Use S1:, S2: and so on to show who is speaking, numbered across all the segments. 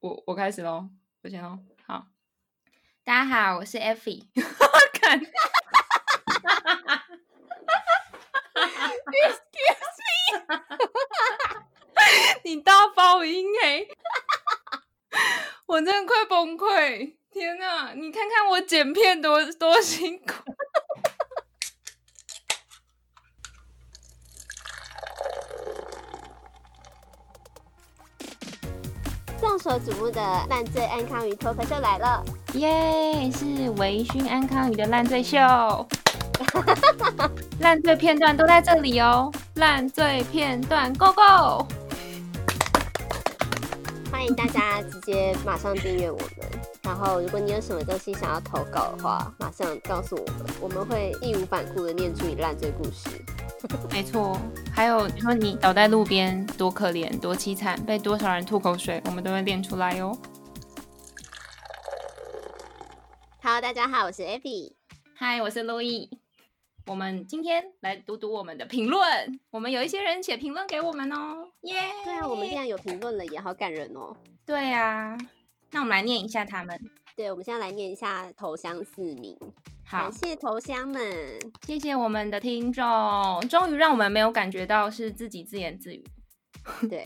S1: 我我开始喽，我先喽。好，大家好，我是 Effie。看 ，Excuse me，你大爆音哎、我真的快崩溃！天呐，你看看我剪片多多辛苦。
S2: 众所瞩目的犯罪安康与脱口秀来了，
S1: 耶是微醺安康鱼的烂醉 秀，烂醉片段都在这里哦，烂醉片段 Go Go！
S2: 欢迎大家直接马上订阅我们。然后，如果你有什么东西想要投稿的话，马上告诉我们，我们会义无反顾的念出你烂醉故事。
S1: 没错，还有你说你倒在路边多可怜多凄惨，被多少人吐口水，我们都会练出来哦。
S2: Hello，大家好，我是 Abby。
S1: 嗨，我是路易。我们今天来读读我们的评论，我们有一些人写评论给我们哦，耶、
S2: 对啊，我们现在有评论了， 也好感人哦。
S1: 对啊，那我们来念一下他们。
S2: 对，我们现在来念一下投箱四名，
S1: 好
S2: 感，谢投箱们。
S1: 谢谢我们的听众，终于让我们没有感觉到是自己自言自 语。
S2: 对，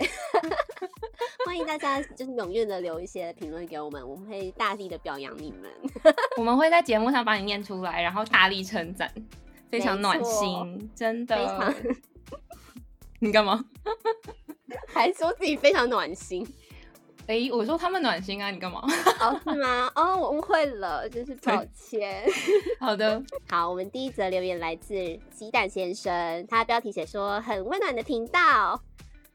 S2: 欢迎大家就是踊跃的留一些评论给我们，我们会大力的表扬你们。
S1: 我们会在节目上把你念出来，然后大力称赞，非常暖心，真
S2: 非常
S1: 的。 你干嘛？
S2: 还说自己非常暖心。
S1: 诶，我说他们暖心啊，你干嘛？
S2: 哦，是吗？ 哦，我误会了，真是抱歉。
S1: 好的，
S2: 好，我们第一则留言来自鸡蛋先生，他的标题写说很温暖的频道。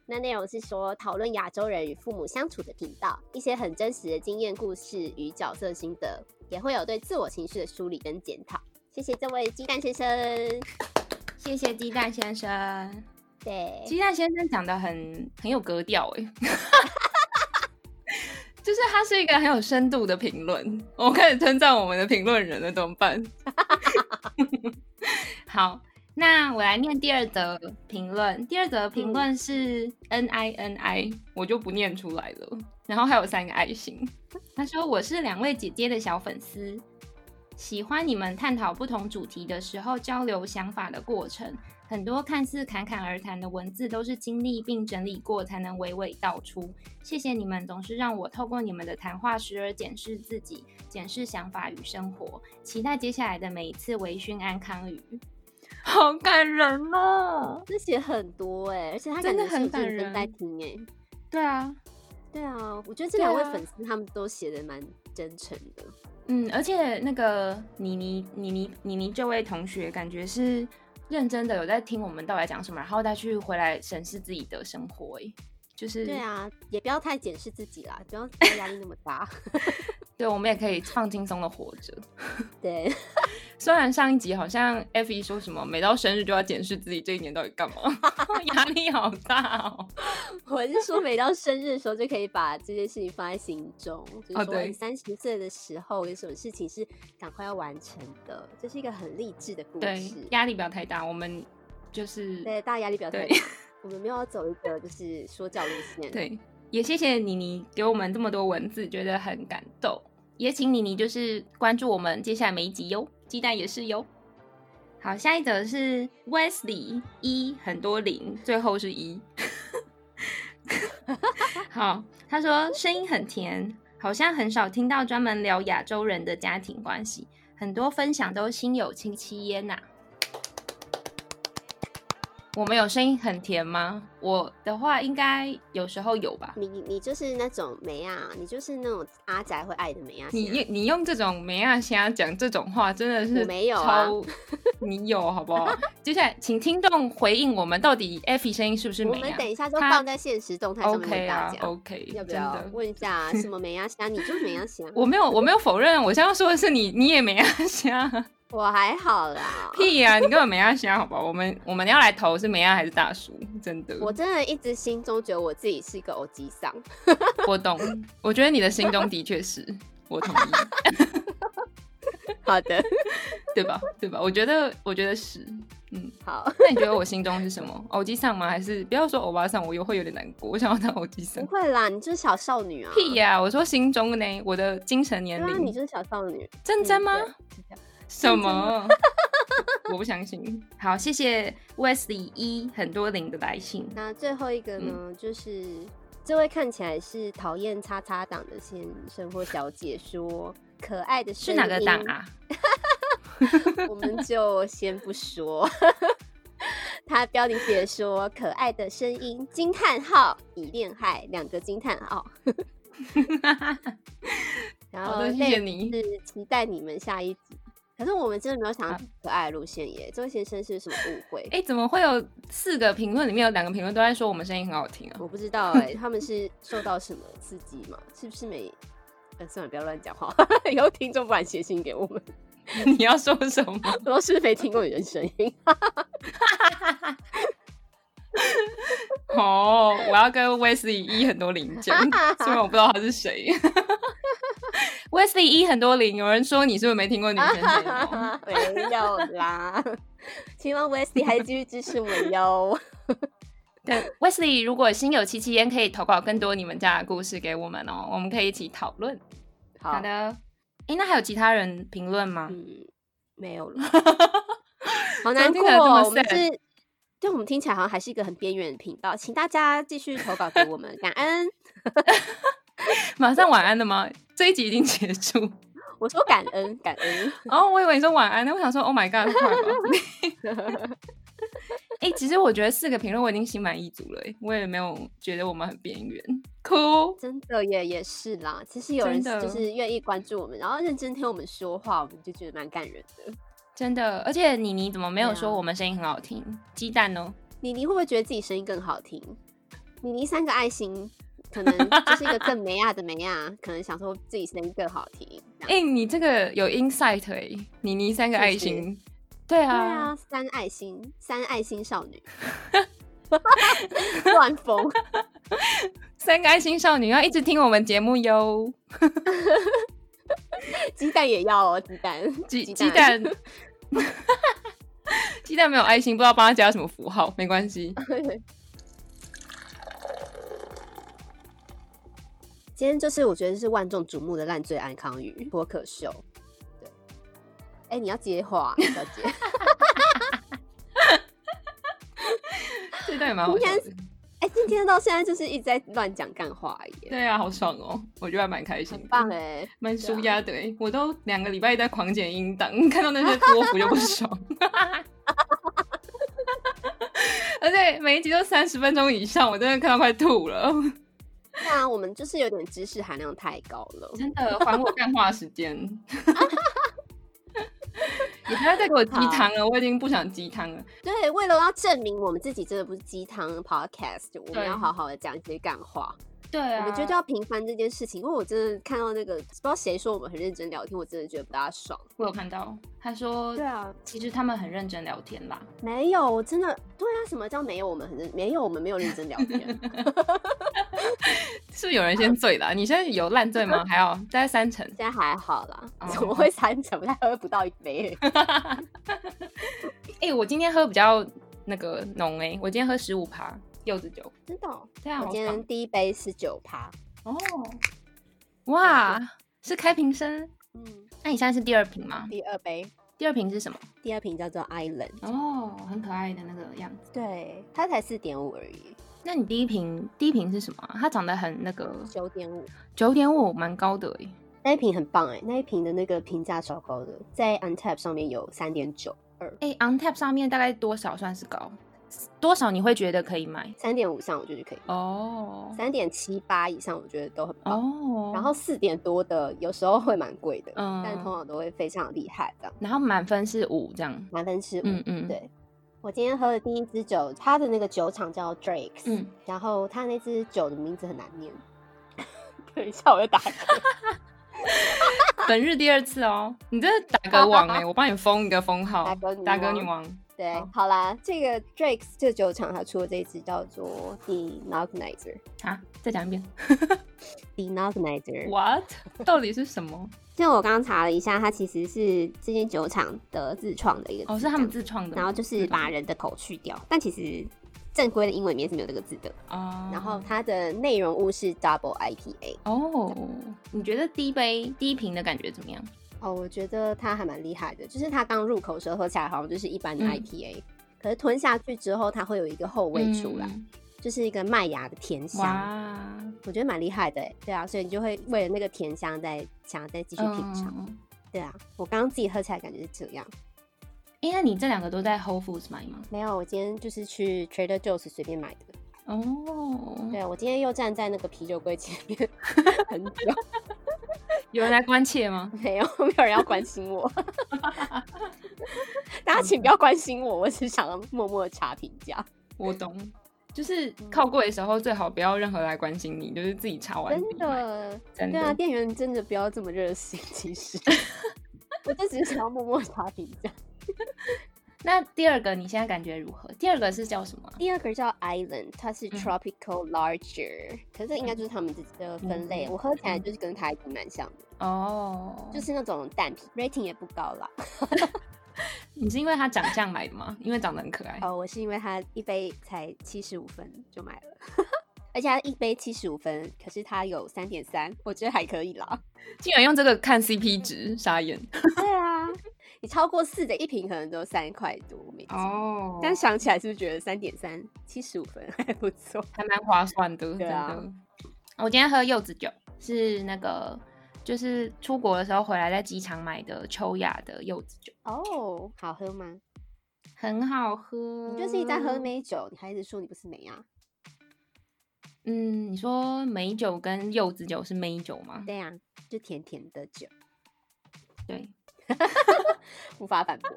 S2: 那内容是说讨论亚洲人与父母相处的频道，一些很真实的经验故事与角色心得，也会有对自我情绪的梳理跟检讨。谢谢这位鸡蛋先生。
S1: 谢谢鸡蛋先生。
S2: 对，
S1: 鸡蛋先生讲的很很有格调哎、 就是他是一个很有深度的评论。我开始称赞我们的评论人了，怎么办？好，那我来念第二则评论。第二则评论是 N I N I，我就不念出来了。然后还有三个爱心。他说：“我是两位姐姐的小粉丝，喜欢你们探讨不同主题的时候交流想法的过程。很多看似侃侃而谈的文字，都是经历并整理过才能娓娓道出。谢谢你们，总是让我透过你们的谈话，时而检视自己，检视想法与生活。期待接下来的每一次微醺安康语。好感人哦！
S2: 这写很多哎、而且他
S1: 真
S2: 感
S1: 的
S2: 觉是
S1: 很
S2: 有
S1: 感
S2: 认真在
S1: 人
S2: 听哎、
S1: 对啊，
S2: 对啊，我觉得
S1: 对
S2: 这两位
S1: 啊
S2: 粉丝他们都写的蛮真诚的。
S1: 嗯，而且那个妮妮、妮妮、妮妮这位同学，感觉是认真的有在听我们到底在讲什么，然后再去回来审视自己的生活、欸。就是
S2: 对啊，也不要太检视自己啦，不要不要压力那么大。
S1: 对我们也可以放轻松的活着。
S2: 对，
S1: 虽然上一集好像 F 一说什么每到生日就要检视自己这一年到底干 嘛，压力好大哦。
S2: 我是说，每到生日的时候就可以把这件事情放在心中，就
S1: 哦
S2: 是说
S1: 对
S2: 你三十岁的时候有什么事情是赶快要完成的，这是一个很励志的故
S1: 对
S2: 事，。
S1: 压力不要太大，我们就是
S2: 对，大家压力不要太
S1: 对
S2: 大。我们没有要走一个就是说教路线。
S1: 对，也谢谢妮妮给我们这么多文字，觉得很感动。也请妮妮就是关注我们接下来每一集哟，鸡蛋也是哟。好，下一则是 Wesley 一很多零，最后是一。好，他说声音很甜，好像很少听到专门聊亚洲人的家庭关系，很多分享都心有戚戚焉呐、我们有声音很甜吗？我的话应该有时候有吧。
S2: 你你就是那种美啊，你就是那种阿宅会爱的美啊。
S1: 你
S2: 现在
S1: 用你用这种梅亚虾讲这种话，真的是
S2: 我没有啊
S1: 超你有好不好？接下来请听众回应我们，到底 Effie 声音是不是
S2: 我
S1: 梅
S2: 们
S1: 亚
S2: 等一下就
S1: 他
S2: 放在现实动态上面
S1: ？OK
S2: 问大
S1: 啊
S2: 家，
S1: ，OK，
S2: 要不
S1: 真
S2: 要
S1: 的。
S2: 问一下什么美亚虾？你就是美亚虾，
S1: 我没有，我没有否认，我现在说的是你，你也没亚虾，
S2: 我还好啦。
S1: 屁呀、你根本没亚虾，好吧？我们我们要来投是梅亚还是大叔？真的，
S2: 我真的一直心中觉得我自己是一个欧吉 桑，
S1: 我懂，我觉得你的心中的确是，我同意，
S2: 好的，
S1: 对吧？对吧？我觉得，我觉得是，嗯，
S2: 好，
S1: 那你觉得我心中是什么？ 偶机上吗？还是不要说欧巴上，我又会有点难过。我想要当偶机上
S2: 不。会啦，你就是小少女啊！
S1: 屁呀、我说心中呢，我的精神
S2: 对
S1: 年
S2: 啊，你
S1: 龄。
S2: 就是小少女。
S1: 真真吗？
S2: 嗯？对是这
S1: 什
S2: 样
S1: 么？我不相信。好，谢谢 Wesley 一很多零的来信。
S2: 那最后一个呢，
S1: 嗯
S2: 就是这位看起来是讨厌叉叉党的先生或小姐说。可爱的
S1: 是
S2: 声
S1: 哪个
S2: 音
S1: 档？啊？
S2: 我们就先不说。 他标题写说“可爱的声音”惊叹号已恋爱两个惊叹 号。然
S1: 好
S2: 后
S1: 的，谢
S2: 内
S1: 谢
S2: 容
S1: 你。
S2: 是期待你们下一集。可是我们真的没有想到
S1: 啊
S2: 可爱的路线耶，这位先生是有什么误会？
S1: 哎、怎么会有四个评论？里面有两个评论都在说我们声音很好听啊？
S2: 我不知道哎、他们是受到什么刺激吗？是不是没？呃，算了，不要乱讲话， 以后听众不敢写信给我们，
S1: 你要说什么？
S2: 我都是没听过你的声音。
S1: 哦，我要跟 Wesley 一很多零 讲，虽然我不知道他是谁。Wesley 一很多零，有人说你是不是没听过女生节 目？
S2: 没有啦，希望 Westy 还继续支持我们哟。
S1: 对，Wesley 如果心有戚戚焉，可以投稿更多你们家的故事给我们哦，我们可以一起讨论。 好
S2: 好，
S1: 的，哎，那还有其他人评论吗？
S2: 嗯，没 有了，好难
S1: 听
S2: 过
S1: 起来这
S2: 哦。
S1: 么
S2: 我们
S1: sad
S2: 是，对我们听起来好像还是一个很边缘的频道，请大家继续投稿给我们，感恩。
S1: 马上晚安了吗？这一集已经结 束。
S2: 我说感恩，感恩。
S1: 哦，我以为你说晚安，那我想说，Oh my god，快吧。哎、其实我觉得四个评论我已经心满意足了、欸，我也没有觉得我们很边缘。哭，
S2: 真的也也是啦。其实有人
S1: 真的
S2: 就是愿意关注我们，然后认真听我们说话，我们就觉得蛮感人的。
S1: 真的。而且妮妮怎么没有说
S2: 对啊
S1: 我们声音很好听？鸡蛋哦呢？
S2: 妮妮会不会觉得自己声音更好听？妮妮三个爱心，可能就是一个更美啊亚的美亚，可能想说自己声音更好听。这样
S1: 哎、你这个有 insight 哎、妮妮三个
S2: 是不
S1: 爱
S2: 是
S1: 心。对
S2: 对
S1: 啊，
S2: 啊，三爱心，三爱心少女， 乱疯。
S1: 三个爱心少女要一直听我们节目哟。
S2: 鸡蛋也要哦，鸡蛋，
S1: 鸡鸡蛋， 鸡蛋没有爱心，不知道帮他加什么符号，没关系。
S2: 今天就是我觉得是万众瞩目的烂醉安康鱼脱口秀。对，哎、你要接话，小姐。
S1: 这段也蛮好笑的。
S2: 哎、今天到现在就是一直在乱讲干话耶，
S1: 对啊，好爽哦，我觉得还蛮开心的
S2: 很。棒哎、
S1: 蛮舒压的、欸，我都两个礼拜在狂剪音档， 看到那些波幅就不爽。而且每一集都三十分钟以上，我真的看到快吐了。
S2: 对啊，我们就是有点知识含量太高了。
S1: 真的，还我干话时间。你不要再给我鸡汤了，我已经不想鸡汤了。
S2: 对，为了要证明我们自己真的不是鸡汤 podcast，我们
S1: 对
S2: 要好好的讲一些干话。
S1: 对
S2: 我
S1: 啊
S2: 们觉得要平凡这件事情，因为我真的看到那个不知道谁说我们很认真聊天，我真的觉得不大爽。
S1: 我有看到，他说，
S2: 啊，
S1: 其实他们很认真聊天啦。
S2: 没有，我真的对啊，什么叫没有？我们很认没有，我们没有认真聊 天。
S1: 是不是有人先醉了啊、你现在有烂醉 吗？还好，大概三成。
S2: 现在还好啦，
S1: 哦
S2: 怎么会三成？我才喝不到一 杯。
S1: 哎、我今天喝比较那个浓哎、我今天喝十五趴柚子酒，
S2: 真的哦、
S1: 对啊，
S2: 我
S1: 好
S2: 今
S1: 爽
S2: 天第一杯是九趴，
S1: 哦，哇，是开瓶声。
S2: 嗯，
S1: 那你现在是第二瓶吗？
S2: 第二杯，
S1: 第二瓶是什么？
S2: 第二瓶叫做 Island，
S1: 哦，很可爱的那个样子。
S2: 对，它才四点五而已，
S1: 那你第一瓶，第一瓶是什么啊、它长得很那个
S2: 九点五。
S1: 九点五，蛮高的哎。
S2: 那一瓶很棒哎、那一瓶的那个评价超高的，在 Untap 上面有三点九二，
S1: 哎、o n Tap 上面大概多少算是高？多少你会觉得可以买？
S2: 三点五上我觉得就可以，
S1: 哦
S2: 三点七八以上我觉得都很棒。
S1: 哦，
S2: 然后四点多的有时候会蛮贵的，
S1: 嗯
S2: 但通常都会非常厉害的，
S1: 然后满分是五这样。
S2: 满分是五。
S1: 嗯嗯，
S2: 对我今天喝的第一支酒，它的那个酒厂叫 Drake's，、
S1: 嗯，
S2: 然后它那支酒的名字很难念， 等一下我就打嗝。
S1: 本日第二次哦，你这是打嗝王 哎、我帮你封一个封号，
S2: 打嗝女王
S1: 打嗝女王。
S2: 对，
S1: 好
S2: 好啦，这个 Drake's 这个酒厂它出的这一支叫做 The n o g n i z e r
S1: 啊，再讲一遍。
S2: Denazionizer。
S1: What？到底是什么？
S2: 就我刚刚查了一下，它其实是这间酒厂的自创的一 个
S1: 哦，
S2: 字
S1: 是他们
S2: 这
S1: 自
S2: 样
S1: 创的，
S2: 然后就是把人的头去掉，但其实正规的英文里面是没有这个字的。
S1: 哦，
S2: 然后它的内容物是 Double IPA。
S1: 哦，你觉得低杯低频的感觉怎么样？
S2: 哦，我觉得它还蛮厉害的，就是它刚入口的时候喝起来好像就是一般的
S1: 嗯
S2: IPA，、可是吞下去之后，它会有一个后味出来，
S1: 嗯
S2: 就是一个麦芽的甜香，
S1: 哇，
S2: 我觉得蛮厉害的欸。对啊，所以你就会为了那个甜香再想要再继续品尝。
S1: 嗯。
S2: 对啊，我刚刚自己喝起来感觉是这样。
S1: 哎，那你这两个都在 Whole Foods 买吗？
S2: 没有，我今天就是去 Trader Joe's 随便买的。
S1: 哦，
S2: 对啊，我今天又站在那个啤酒柜前 面很久，
S1: 有人来关切吗？
S2: 没有没有人要关 心我。大家请不要关心我，我只想要默默地查评价。
S1: 我懂，就是靠柜的时候最好不要任何来关心你，就是自己查完自
S2: 真
S1: 己买。
S2: 的，
S1: 真
S2: 对啊，
S1: 的，
S2: 店员真的不要这么热心，其 实。我就只是想要默默查评价。
S1: 那第二个你现在感觉如何？第二个是叫什么啊？
S2: 第二个叫 Island，它是
S1: 嗯
S2: Tropical Larger，、可是这应该就是他们自己的分类。
S1: 嗯
S2: 我喝起来就是跟台啤蛮像的，
S1: 哦，
S2: 就是那种淡啤，rating 也不高啦。
S1: 你是因为它长相买的吗？因为长得很可爱。
S2: 哦，我是因为它一杯才七十五分就买了， 而且它一杯七十五分，可是它有三点三，我觉得还可以啦。
S1: 竟然用这个看 CP 值，傻眼。
S2: 对啊，你超过四的一瓶可能都三块多美金。
S1: 哦
S2: 但想起来是不是觉得三点三七十五分还不错？
S1: 还蛮划算的，
S2: 对啊
S1: 真的。我今天喝柚子酒是那个，就是出国的时候回来在机场买的秋雅的柚子酒，
S2: 哦，好喝吗？
S1: 很好喝。
S2: 你就是一直在喝？美酒，你还一直说你不是美啊？
S1: 嗯，你说美酒跟柚子酒是美酒吗？
S2: 对啊，就甜甜的酒，
S1: 对。
S2: 无法反驳。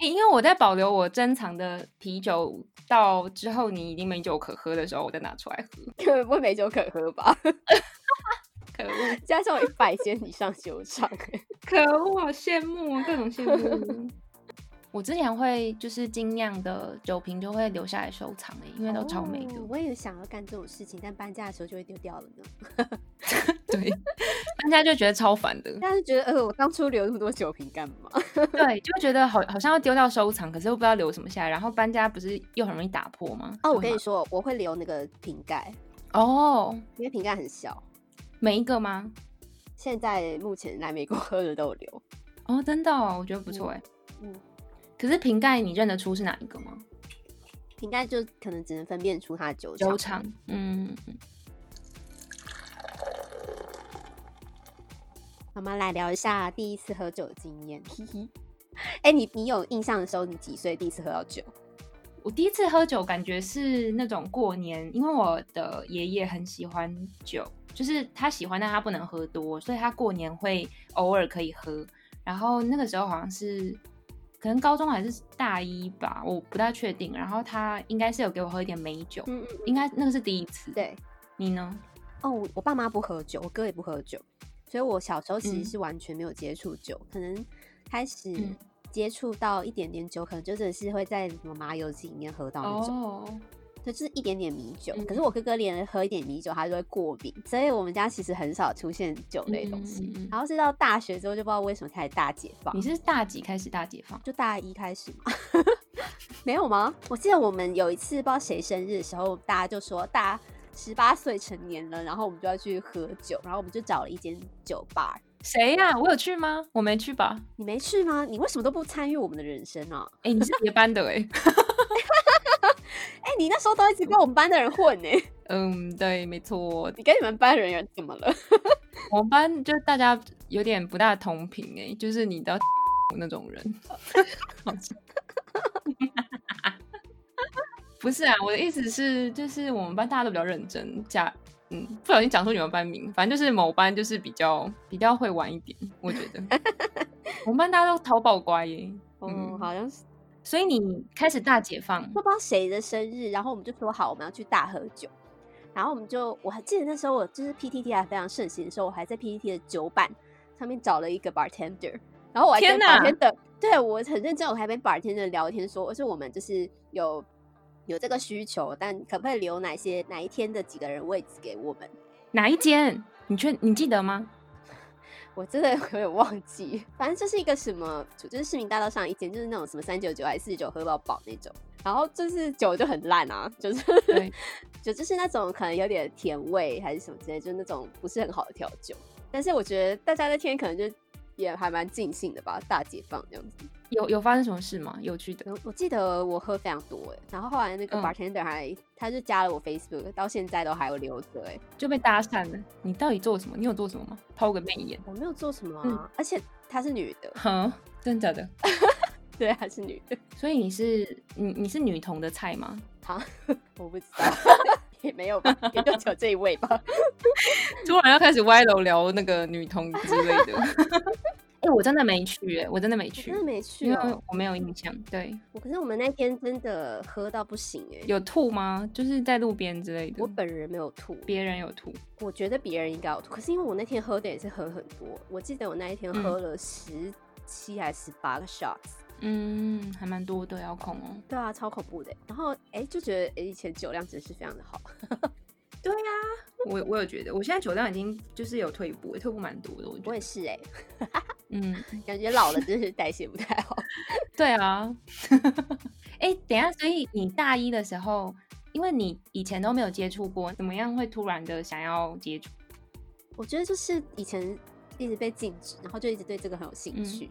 S1: 诶因为我在保留我珍藏的啤酒，到之后你已经没酒可喝的时候，我再拿出来喝。
S2: 根本不会美酒可喝吧？
S1: 可恶，
S2: 加上有一百间以上酒厂，
S1: 可恶，好羡慕哦，各种羡慕。 我之前会就是精酿的酒瓶就会留下来收藏、诶，欸因为都超美的。
S2: 哦我也有想要干这种事情，但搬家的时候就会丢掉了呢。，
S1: 对，搬家就觉得超烦的
S2: 但是觉得，呃，我当初留那么多酒瓶干嘛？
S1: 对，就觉得好好像要丢掉收藏，可是又不知道留什么下来。然后搬家不是又很容易打破吗？
S2: 哦，
S1: 就
S2: 我
S1: 会
S2: 跟
S1: 买
S2: 你说，我会留那个瓶盖，
S1: 哦，
S2: 因为瓶盖很小。
S1: 每一个吗？
S2: 现在目前来美国 喝的都有留，
S1: 哦，真的、哦，我觉得不错哎、
S2: 嗯，
S1: 可是瓶盖你认得出是哪一个吗？
S2: 瓶盖就可能只能分辨出它的酒
S1: 酒
S2: 厂。
S1: 厂，嗯，
S2: 我们来聊一下第一次喝酒的经验。 嘿嘿，哎，你你有印象的时候，你几岁第一次喝到酒？
S1: 我第一次喝酒感觉是那种过年，因为我的爷爷很喜欢酒，就是他喜欢，但他不能喝多，所以他过年会偶尔可以喝。然后那个时候好像是可能高中还是大一吧，我不太确定。然后他应该是有给我喝一点美酒，
S2: 嗯嗯，
S1: 应该那个是第一次。，
S2: 对。
S1: 你呢？
S2: 哦，我我爸妈不喝酒，我哥也不喝酒，所以我小时候其
S1: 嗯
S2: 实是完全没有接触酒，可能开始
S1: 嗯
S2: 接触到一点点酒，可能就真的是会在什么麻油鸡里面喝到那种，
S1: 哦，
S2: 对，就是一点点米酒。可是
S1: 嗯
S2: 我哥哥连喝一点米酒他就会过敏，所以我们家其实很少出现酒类的东西。
S1: 嗯嗯嗯嗯
S2: 然后是到大学之后，就不知道为什么开始大解放
S1: 你，是大几开始大解放？
S2: 就大一开始嘛。 没有吗？我记得我们有一次不知道谁生日的时候，大家就说大家十八岁成年了，然后我们就要去喝酒，然后我们就找了一间酒吧。
S1: 谁呀、我有去吗？我没去吧？
S2: 你没去吗？你为什么都不参与我们的人生啊？
S1: 哎、你是别班的哎、
S2: 哎、你那时候都一直跟我们班的人混呢、
S1: 嗯，对，没错，
S2: 你跟你们班的人怎么了？
S1: 我们班就大家有点不大同频哎、就是你到 那种人， 好笑不是啊，我的意思是，就是我们班大家都比较认真，假嗯，不小心讲出你们班名，反正就是某班就是比较比较会玩一点，我觉得我们班大家都淘宝乖耶、
S2: 嗯，
S1: 嗯
S2: 好像是
S1: 所以你开始大解放
S2: 不知道谁的生日，然后我们就说好我们要去大喝酒，然后我们就我还记得那时候我就是 PTT 还非常盛行的时候，我还在 PTT 的酒版上面找了一个 bartender，然后我还跟
S1: 天哪
S2: bartender 对我很认真，我还跟 bartender 聊天说，是我们就是有有这个需求，但可不可以留哪些哪一天的几个人位置给我们？
S1: 哪一间？你确你记得吗？
S2: 我真的有点忘记，反正就是一个什么，就是市民大道上一间，就是那种什么三九九还是四十九喝到饱那种，然后就是酒就很烂啊，就是
S1: 对
S2: 酒就是那种可能有点甜味还是什么之类，就是那种不是很好的调酒。但是我觉得大家那天可能就也还蛮尽兴的吧，大解放这样子。
S1: 有有发生什么事吗？有趣的，
S2: 我我记得我喝非常多哎、然后后来那个
S1: 嗯
S2: bartender 还、他就加了我 Facebook，到现在都还有留着哎、
S1: 就被搭讪了。你到底做了什么？你有做什么吗？抛个媚眼。
S2: 我没有做什么、啊，
S1: 嗯
S2: 而且她是女的，
S1: 哼，真的假的？
S2: 对，她是女的。
S1: 所以你是你你是女童的菜吗？
S2: 我不知道， 也没有吧， 也就只有这一位吧。
S1: 突然要开始歪楼聊那个女童之类的。 哎、我真的没去、欸，我真的没去嗯
S2: 真，的没去
S1: 因为
S2: 哦，
S1: 我没有印象。对，
S2: 我可是我们那天真的喝到不行哎、
S1: 有吐吗？就是在路边之类的
S2: 我。本人没有吐，
S1: 别人有吐，
S2: 我觉得别人应该有吐，可是因为我那天喝的也是喝很多，我记得我那一天
S1: 嗯
S2: 喝了十七还十八个 shots，
S1: 嗯，还蛮多的，要控哦。
S2: 对啊，超恐怖的欸。然后哎、就觉得哎、以前酒量真是非常的好，
S1: 我我有觉得，我现在酒量已经就是有退步，退步蛮多的。我觉
S2: 我
S1: 得
S2: 也，是哎、
S1: 嗯，
S2: 感觉老了真是代谢不太好。
S1: 对 啊。哎、等一下，所以你大一的时候，因为你以前都没有接触过，怎么样会突然的想要接触？
S2: 我觉得就是以前一直被禁止，然后就一直对这个很有兴趣，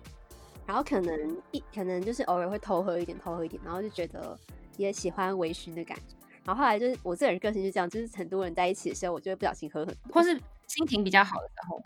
S2: 然后可能一可能就是偶尔会偷喝一点，偷喝一点，然后就觉得也喜欢微醺的感觉。然后后来就是我这个人个性就这样，就是很多人在一起的时候，我就会不小心喝很多，
S1: 或是心情比较好的时候，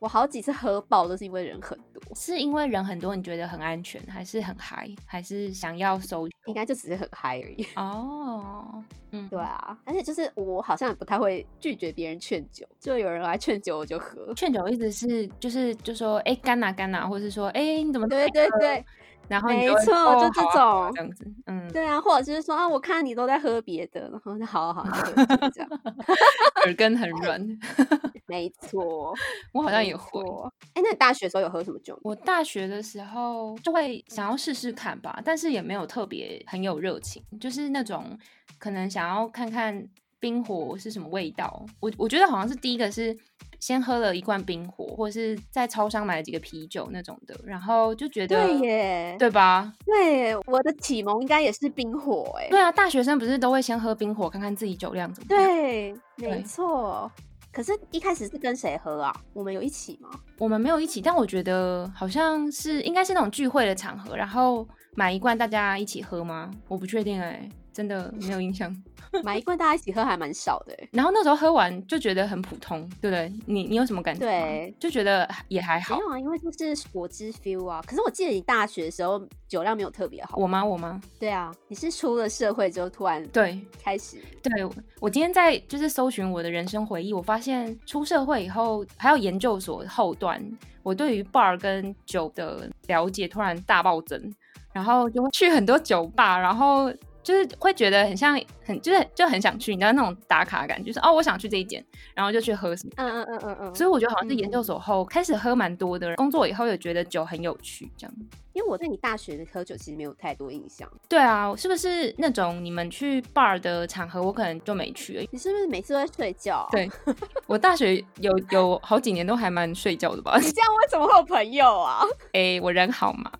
S2: 我好几次喝爆都是因为人很多，
S1: 是因为人很多，你觉得很安全，还是很嗨，还是想要收？
S2: 应该就只是很嗨而已。
S1: 哦，嗯，
S2: 对，啊，而且就是我好像也不太会拒绝别人劝酒，就有人来劝酒我就喝。
S1: 劝酒一直是就是就说哎干呐干呐，或是说哎你怎么
S2: 对
S1: 太
S2: 对
S1: 喝了，
S2: 对
S1: 然后你
S2: 没
S1: 就会
S2: 错
S1: 哦
S2: 就这
S1: 好啊好啊
S2: 种
S1: 这样子，嗯，
S2: 对啊，或者就是说啊，我看你都在喝别的，然后就好啊好啊，你喝就这样。
S1: 耳根很软，
S2: 没错，
S1: 我好像
S2: 没
S1: 也会。
S2: 错。哎、那你大学的时候有喝什么酒吗？
S1: 我大学的时候就会想要试试看吧，但是也没有特别很有热情，就是那种可能想要看看冰火是什么味道。我我觉得好像是第一个是先喝了一罐冰火，或者是在超商买了几个啤酒那种的，然后就觉得
S2: 对耶，
S1: 啊对吧？
S2: 对耶，我的启蒙应该也是冰火哎。
S1: 对啊，大学生不是都会先喝冰火，看看自己酒量怎么样。
S2: 对，没
S1: 对
S2: 错。可是，一开始是跟谁喝啊？我们有一起吗？
S1: 我们没有一起，但我觉得好像是应该是那种聚会的场合，然后买一罐大家一起喝吗？我不确定哎、真的没有印象。
S2: 买一罐大家一起喝还蛮少的欸。
S1: 然后那时候喝完就觉得很普通，对不对？你你有什么感觉吗？
S2: 对
S1: 就觉得也还
S2: 没
S1: 好。
S2: 有啊，因为就是果汁 feel 啊。可是我记得你大学的时候酒量没有特别好。
S1: 我吗？我吗？
S2: 对啊，你是出了社会之后突然
S1: 对
S2: 开始
S1: 对，我我今天在就是搜寻我的人生回忆，我发现出社会以后，还有研究所后段，我对于 bar 跟酒的了解突然大暴增，然后就会去很多酒吧，然后就是会觉得很像很就是就很想去，你知道那种打卡感，就是哦我想去这一间，然后就去喝什么。
S2: 嗯嗯嗯嗯嗯，
S1: 所以我觉得好像是
S2: 嗯
S1: 研究所后开始喝蛮多的，工作以后也觉得酒很有趣，这样。
S2: 因为我对你大学的喝酒其实没有太多印象。
S1: 对啊，是不是那种你们去 bar 的场合，我可能就没去了。
S2: 你是不是每次都在睡觉啊、
S1: 对 我大学有有好几年都还蛮睡觉的吧？
S2: 你这样为什么会有朋友啊？
S1: 哎、我人好嘛？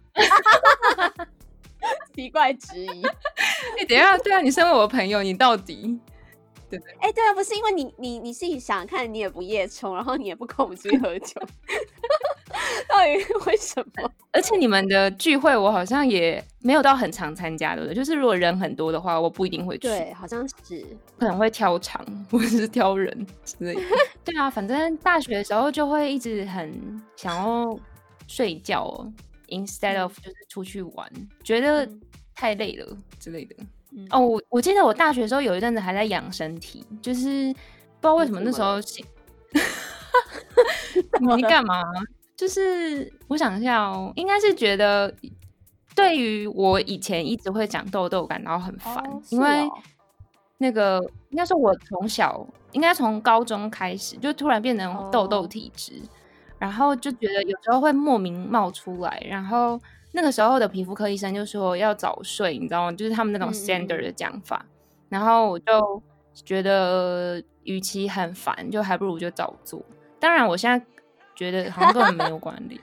S2: 奇怪质疑。
S1: 哎、等一下，对啊，你身为我的朋友，你到底
S2: 哎、对啊，不是因为你你你自己想看，你也不夜冲，然后你也不跟我们出去喝酒， 到底为什么？
S1: 而且你们的聚会，我好像也没有到很常参加，对不对？就是如果人很多的话，我不一定会去，
S2: 对，好像是
S1: 可能会挑场 或者是挑人之类的。 对啊，反正大学的时候就会一直很想要睡觉哦，instead of 就是出去玩，觉得
S2: 嗯
S1: 太累了之类的。
S2: 嗯
S1: 哦，我我记得我大学的时候有一阵子还在养身体，就是不知道为什么那时候心， 你干嘛？就是我想一下哦，应该是觉得对于我以前一直会长痘痘感到很烦，
S2: 哦
S1: 因
S2: 是
S1: 为
S2: 哦
S1: 那个应该说我从小应该从高中开始就突然变成痘痘
S2: 哦
S1: 体质，然后就觉得有时候会莫名冒出来，然后那个时候的皮肤科医生就说要早睡，你知道吗？就是他们那种
S2: 嗯嗯嗯
S1: standard 的讲法，然后我就觉得与其很烦，就还不如就照做。当然，我现在觉得好像根本没有关联。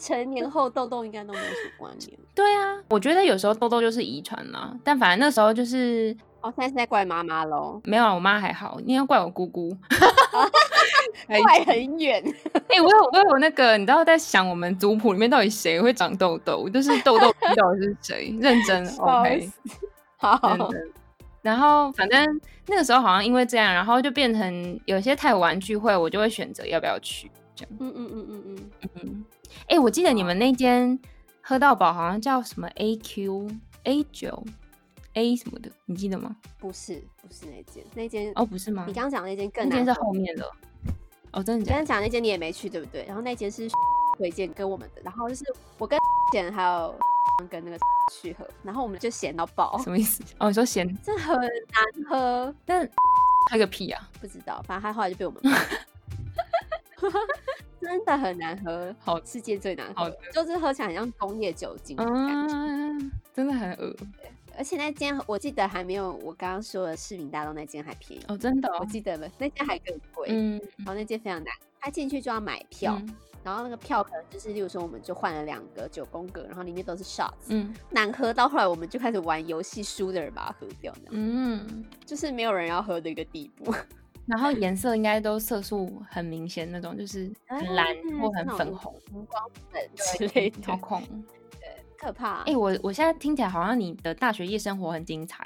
S2: 成年后痘痘应该都没有什么关联。
S1: 对啊，我觉得有时候痘痘就是遗传啦，但反正那时候就是
S2: 哦，现在是在怪妈妈喽，
S1: 没有啊，我妈还好，你要怪我姑 姑。哎
S2: 怪很 远。
S1: 哎、我有我有那个，你知道在想我们族谱里面到底谁会长痘痘，就是痘痘逼到底是谁，认 真 OK。
S2: 好，
S1: 真的。然后反正那个时候好像因为这样，然后就变成有些泰玩聚会，我就会选择要不要去这样。
S2: 嗯嗯嗯嗯嗯，
S1: 嗯，哎、我记得你们
S2: 啊
S1: 那间喝到饱好像叫什么 AQ A 九 A 什么的，你记得吗？
S2: 不是不是那间，那间
S1: 哦，不是吗
S2: 你？刚刚讲那间更
S1: 那
S2: 难
S1: 间
S2: 喝。
S1: 是后面的。哦，真的
S2: 你
S1: 假的？
S2: 刚刚讲那间你也没去，对不对？然后那间是 推荐跟我们的，然后就是我跟 简还有 跟那个去喝，然后我们就咸到爆，
S1: 什么意思？哦，你说咸，
S2: 这很难喝，
S1: 但开个屁啊！
S2: 不知道，反正他后来就被我们 真的很难喝，
S1: 好
S2: 世界最难
S1: 好
S2: 喝
S1: 的，
S2: 就是喝起来很像工业酒精的感觉。
S1: 嗯，啊真的很恶
S2: 而且那间我记得还没有我刚刚说的市民大道那间还便宜，
S1: 哦，真的、
S2: 我
S1: 哦。
S2: 记得了，那间还更贵，
S1: 嗯，
S2: 然后那间非常难，他进去就要买票，
S1: 嗯
S2: 然后那个票可能就是，例如说我们就换了两个九宫格，然后里面都是 shots，、
S1: 嗯
S2: 难喝到后来我们就开始玩游戏，输的人把它喝掉，这样
S1: 嗯，
S2: 就是没有人要喝的一个地步。
S1: 然后颜色应该都色素很明显那种，就是很蓝或很粉红
S2: 红、荧光粉 之类
S1: 好
S2: 的，
S1: 恐。
S2: 可怕、啊
S1: 哎、我我现在听起来好像你的大学夜生活很精彩。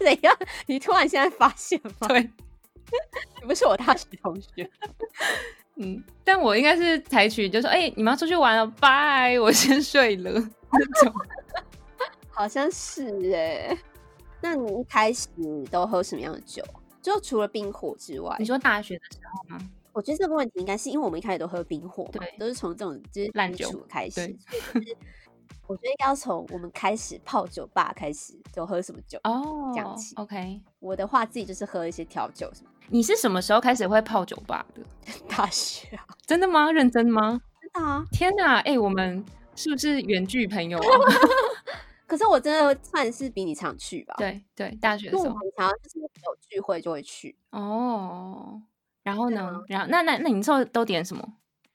S2: 怎样？你突然现在发现 吗？
S1: 对，
S2: 你不是我大学同学，
S1: 嗯，但我应该是采取就是哎、你们要出去玩了，拜，我先睡了那种。
S2: 好像是哎、那你一开始都喝什么样的酒？就除了冰火之外
S1: 你，说大学的时候，
S2: 我觉得这个问题应该是因为我们一开始都喝冰火嘛，
S1: 对
S2: 都是从这种就是
S1: 烂
S2: 基
S1: 酒
S2: 础开始，所以
S1: 对
S2: 就是我觉得应该要从我们开始泡酒吧开始，就喝什么酒。讲
S1: 哦
S2: 起
S1: ，OK，
S2: 我的话自己就是喝一些调酒什么
S1: 你是什么时候开始会泡酒吧的？
S2: 的。大学啊，
S1: 真的吗？认真吗？
S2: 真的啊，
S1: 天哪，哎、我们是不是远距朋友啊？
S2: 可是我真的算是比你常去吧。，
S1: 对对，大学
S2: 因
S1: 的
S2: 为
S1: 时
S2: 我
S1: 候
S2: 们。常常就是有聚会就会去，
S1: 哦，然后呢？
S2: 啊
S1: 然后那那那你之后都点什么？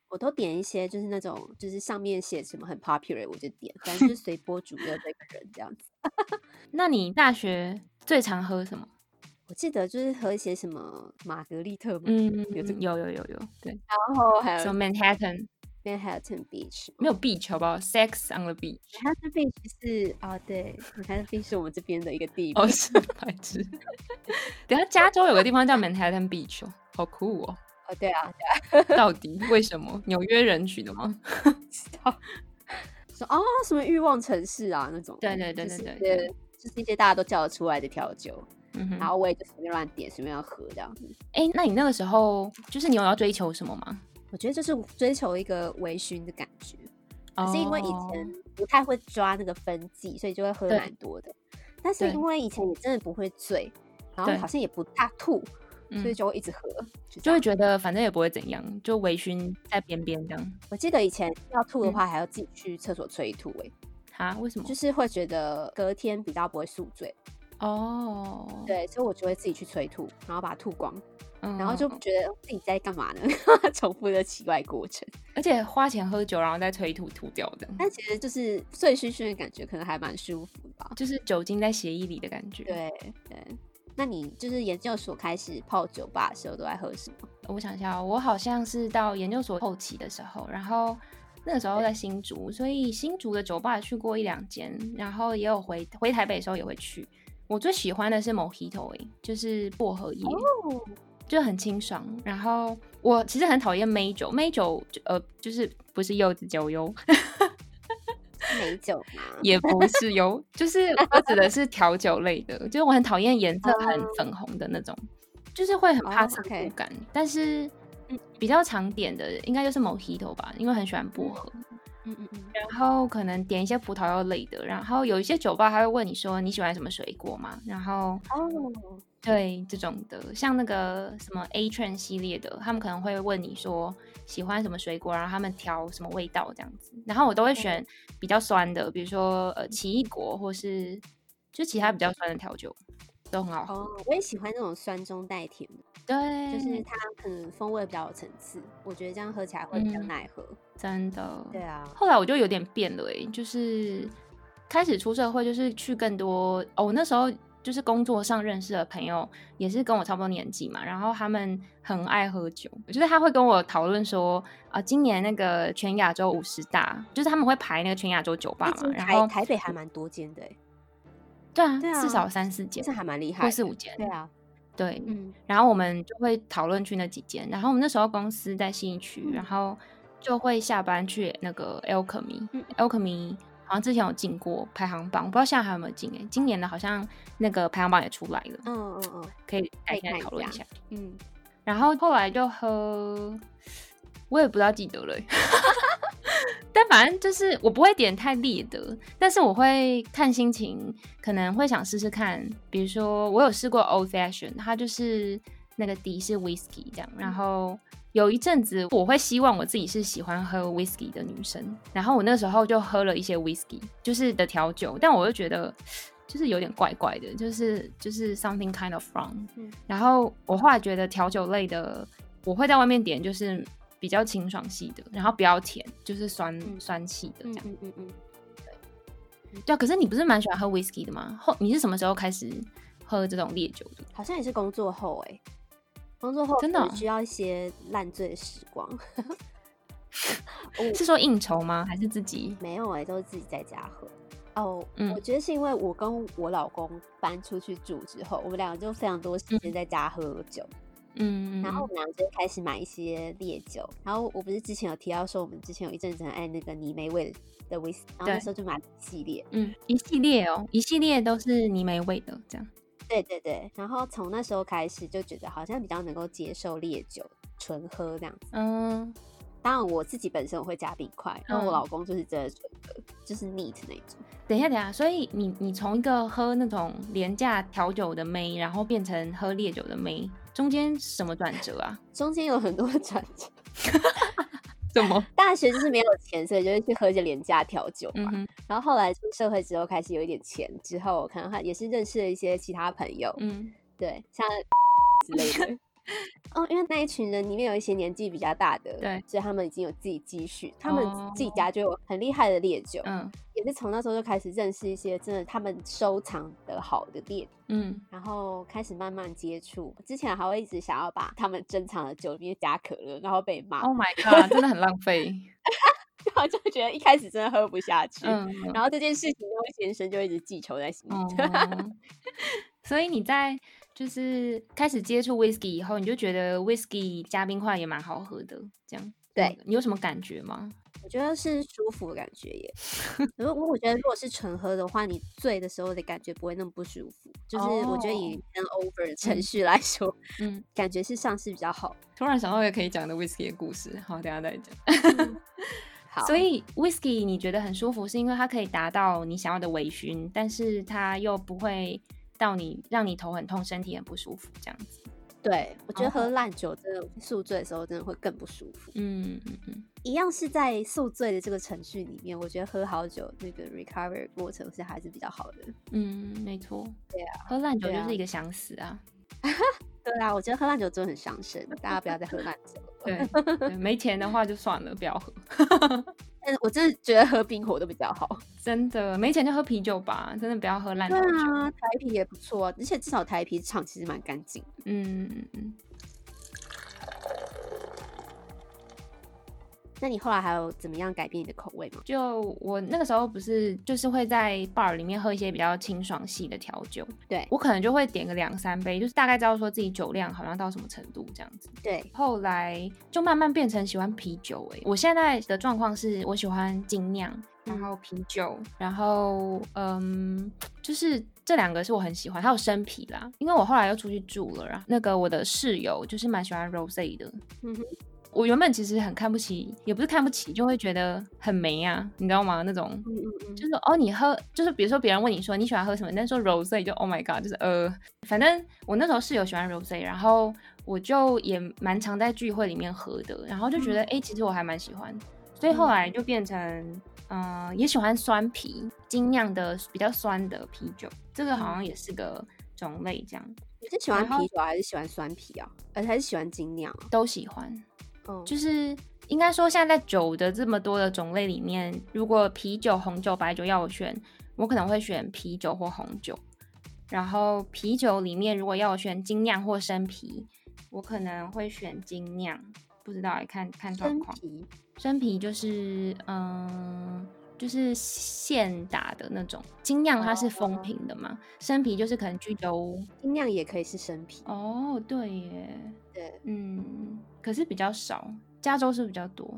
S2: 我都点一些就是那种就是上面写什么很 popular 我就点，反正就 是随波逐流的一个人这样子。
S1: 那你大学最常喝什么？
S2: 我记得就是喝一些什么玛格丽特嘛，
S1: 嗯，
S2: 有这个
S1: 有有有有，对，
S2: 然后还
S1: 什
S2: 有
S1: 么 Manhattan
S2: Manhattan Beach，
S1: 没有 beach 好不好？Sex on the beach，
S2: 它这 beach 是啊、对，它这 beach 是我们这边的一个地
S1: 哦
S2: 方。
S1: 是白痴。 等一下，加州有个地方叫 Manhattan Beach 哦，好酷哦！
S2: 哦，对啊，
S1: 到底为什么纽约人取的吗？
S2: 说哦什么欲望城市啊那种，
S1: 对对对
S2: 就是
S1: 对
S2: 一
S1: 对
S2: 些就是一些大家都叫得出来的调酒，
S1: 嗯哼，
S2: 然后我也就随便乱点，随便乱喝这样子。
S1: 哎，那你那个时候就是你有要追求什么吗？
S2: 我觉得就是追求一个微醺的感觉，可是因为以
S1: 哦
S2: 前不太会抓那个分际，所以就会喝
S1: 对
S2: 蛮多的。但是
S1: 对
S2: 因为以前也真的不会醉，然后
S1: 对
S2: 好像也不大吐，所以
S1: 嗯
S2: 就会一直喝。就这
S1: 就
S2: 样
S1: 会觉得反正也不会怎样，就微醺在边边这样。
S2: 我记得以前要吐的
S1: 嗯
S2: 话，还要自己去厕所催吐、欸，
S1: 哈，为什么
S2: 就？是会觉得隔天比较不会宿醉，
S1: 哦，，
S2: 对，所以我就会自己去催吐，然后把它吐光，然
S1: 然
S2: 后就觉得自己在干嘛呢？ 重复的奇怪过程。
S1: 而且花钱喝酒，然后再催吐吐掉的，
S2: 但其实就是醉醺醺的感觉，可能还蛮舒服吧。
S1: 就是酒精在血液里的感觉。，
S2: 对对，那你就是研究所开始泡酒吧的时候都在喝什么？
S1: 我想一下哦，我好像是到研究所后期的时候，然后那个时候在新竹，所以新竹的酒吧去过一两间，然后也有回回台北的时候也会去。我最喜欢的是 Mojito，哎、就是薄荷叶。
S2: 哦，
S1: 就很清爽。然后我其实很讨厌美酒，美酒就呃就是不是柚子酒哟，
S2: 美酒嘛，
S1: 也不是油，就是我指的是调酒类的，就是我很讨厌颜色很粉红的那种，就是会很怕
S2: 哦
S1: 色素
S2: OK
S1: 感。但是比较常点的应该就是 Mojito 吧，因为很喜欢薄荷，
S2: 嗯嗯嗯，
S1: 然后可能点一些葡萄柚类的，然后有一些酒吧还会问你说你喜欢什么水果吗？然后
S2: 哦，
S1: 对这种的，像那个什么 A Train 系列的，他们可能会问你说喜欢什么水果，然后他们调什么味道这样子。然后我都
S2: 嗯
S1: 会选比较酸的，比如说呃奇异果或是就其他比较酸的调酒。都很好喝。
S2: 哦，我也喜欢那种酸中带甜的，
S1: 对，
S2: 就是它可能风味比较有层次，我觉得这样喝起来会比较
S1: 嗯
S2: 耐喝。
S1: 真的。
S2: 对啊，
S1: 后来我就有点变了、欸，就是开始出社会，就是去更多哦，我那时候。就是工作上认识的朋友，也是跟我差不多年纪嘛，然后他们很爱喝酒，就是他会跟我讨论说，啊、今年那个全亚洲五十大，就是他们会排那个全亚洲酒吧
S2: 哎
S1: 嘛
S2: 其实，
S1: 然
S2: 台
S1: 后
S2: 台北还蛮多间的、欸，
S1: 对啊，
S2: 对啊
S1: 至少三四
S2: 其
S1: 间
S2: 实还蛮厉害
S1: 或
S2: 的。
S1: 四五间，
S2: 对啊，
S1: 对，
S2: 嗯，
S1: 然后我们就会讨论去那几间。然后我们那时候公司在信义区，
S2: 嗯
S1: 然后就会下班去那个 Alchemy、
S2: 嗯
S1: Alchemy。好像之前有进过排行榜，不知道现在还有没有进哎、今年的好像那个排行榜也出来了，
S2: 嗯嗯嗯
S1: 可以
S2: 可
S1: 大
S2: 以
S1: 家
S2: 看一
S1: 讨论一
S2: 下
S1: 下。
S2: 嗯，
S1: 然后后来就喝，我也不知道记得了欸、 但反正就是我不会点太烈的，但是我会看心情，可能会想试试看。比如说，我有试过 Old Fashion，它就是那个底是 Whisky 这样。然后有一阵子，我会希望我自己是喜欢喝 Whisky 的女生，然后我那时候就喝了一些 Whisky，就是的调酒，但我又觉得就是有点怪怪的，就是就是 something kind of wrong。然后我后来觉得调酒类的，我会在外面点，就是比较清爽系的，然后不要甜，就是酸、
S2: 嗯
S1: 酸系的这
S2: 嗯
S1: 样。
S2: 嗯嗯嗯，
S1: 对啊，可是你不是蛮喜欢喝 whisky 的吗？后你是什么时候开始喝这种烈酒的？
S2: 好像也是工作后哎、工作后
S1: 真的
S2: 可能
S1: 哦
S2: 需要一些烂醉的时光。
S1: 是说应酬吗？还是自己？
S2: 没有哎、都是自己在家喝。哦，
S1: 嗯
S2: 我觉得是因为我跟我老公搬出去住之后，我们两个就非常多时间在家喝酒，
S1: 嗯，
S2: 然后我们两个就开始买一些烈酒。然后我不是之前有提到说，我们之前有一阵子很爱那个泥煤味的威士忌，然后那
S1: 对
S2: 时候就买了一系列。
S1: 嗯，一系列哦，一系列都是泥煤味的这样。
S2: 对对对，然后从那时候开始就觉得好像比较能够接受烈酒纯喝这样子。
S1: 嗯，
S2: 当然我自己本身我会加冰块，然后我
S1: 嗯
S2: 老公就是真的纯喝，就是 neat 那种。
S1: 等一下，等一下，所以你你从一个喝那种廉价调酒的妹，然后变成喝烈酒的妹，中间什么转折 啊？
S2: 中间有很多的转折，
S1: 怎么？
S2: 大学就是没有钱，所以就会去喝一些廉价调酒
S1: 嗯
S2: 嘛。
S1: 哼，
S2: 然后后来出社会之后，开始有一点钱之后，我可能还也是认识了一些其他朋友，
S1: 嗯。
S2: 对， 像之类的。哦，因为那一群人里面有一些年纪比较大的，
S1: 对，
S2: 所以他们已经有自己积蓄，他们
S1: 哦
S2: 自己家就有很厉害的烈酒，
S1: 嗯
S2: 也是从那时候就开始认识一些真的他们收藏的好的烈酒，
S1: 嗯，
S2: 然后开始慢慢接触。之前还会一直想要把他们珍藏的酒里面加可乐，然后被骂，
S1: Oh my god，真的很浪费。
S2: 然后就觉得一开始真的喝不下去，
S1: 嗯，
S2: 然后这件事情就会先生就一直记仇在 心里。
S1: 哦，所以你在就是开始接触 whisky 以后，你就觉得 whisky 加冰块也蛮好喝的，这样。
S2: 对，
S1: 你有什么感觉吗？
S2: 我觉得是舒服的感觉耶。 如果我觉得如果是纯喝的话，你醉的时候的感觉不会那么不舒服。就是我觉得以
S1: 哦
S2: 跟 over 的程序来说，
S1: 嗯，
S2: 感觉是上是比较好。
S1: 突然想到一个可以讲的 whisky 的故事，好，等一下再讲。
S2: 好，
S1: 所以 whisky 你觉得很舒服，是因为它可以达到你想要的微醺，但是它又不会到你让你头很痛、身体很不舒服这样子。
S2: 对我觉得喝
S1: 哦
S2: 烂酒真的宿醉的时候真的会更不舒服。
S1: 嗯嗯嗯，
S2: 一样是在宿醉的这个程序里面，我觉得喝好酒那个 recover 过程是还是比较好的。
S1: 嗯，没错。
S2: 对
S1: 啊，喝烂酒
S2: 对
S1: 就
S2: 啊
S1: 是一个想死啊。
S2: 对啊，我觉得喝烂酒真的很伤身，大家不要再喝烂酒。
S1: 对，对没钱的话就算了，不要喝。
S2: 但是我真的觉得喝冰火都比较好。
S1: 真的，没钱就喝啤酒吧，真的不要喝烂
S2: 对
S1: 调酒。
S2: 啊， 台啤也不错、啊，而且至少台啤厂其实蛮干净的。
S1: 嗯嗯嗯，
S2: 那你后来还有怎么样改变你的口味吗？
S1: 就我那个时候不是就是会在 bar 里面喝一些比较清爽系的调酒，
S2: 对
S1: 我可能就会点个两三杯，就是大概知道说自己酒量好像到什么程度这样子。
S2: 对，
S1: 后来就慢慢变成喜欢啤酒、欸。我现在的状况是我喜欢精酿，然
S2: 嗯
S1: 后啤酒，然后嗯，就是这两个是我很喜欢，还有生啤啦。因为我后来又出去住了，然后那个我的室友就是蛮喜欢 rose 的。
S2: 嗯哼
S1: 我原本其实很看不起，也不是看不起，就会觉得很没啊，你知道吗？那种
S2: 嗯嗯
S1: 就是哦，你喝就是比如说别人问你说你喜欢喝什么，你但说 rose 就 oh my god，就是呃，反正我那时候室友喜欢 rose，然后我就也蛮常在聚会里面喝的，然后就觉得
S2: 嗯
S1: 哎、诶其实我还蛮喜欢，所以后来就变成嗯、呃也喜欢酸啤，精酿的比较酸的啤酒，这个好像也是个种类，这样
S2: 你是喜欢
S1: 然后
S2: 啤酒还是喜欢酸啤啊？呃，还是喜欢精酿啊？
S1: 都喜欢。哦
S2: 嗯，
S1: 就是应该说，现在在酒的这么多的种类里面，如果啤酒、红酒、白酒要我选，我可能会选啤酒或红酒。然后啤酒里面，如果要我选精酿或生啤，我可能会选精酿。不知道欸，看看状
S2: 生
S1: 况。
S2: 啤
S1: 生啤就是嗯、就是现打的那种，精酿它是封瓶的嘛，生啤就是可能居酒屋。
S2: 精酿也可以是生啤，
S1: 哦，对耶，
S2: 对，
S1: 嗯，可是比较少，加州是比较多，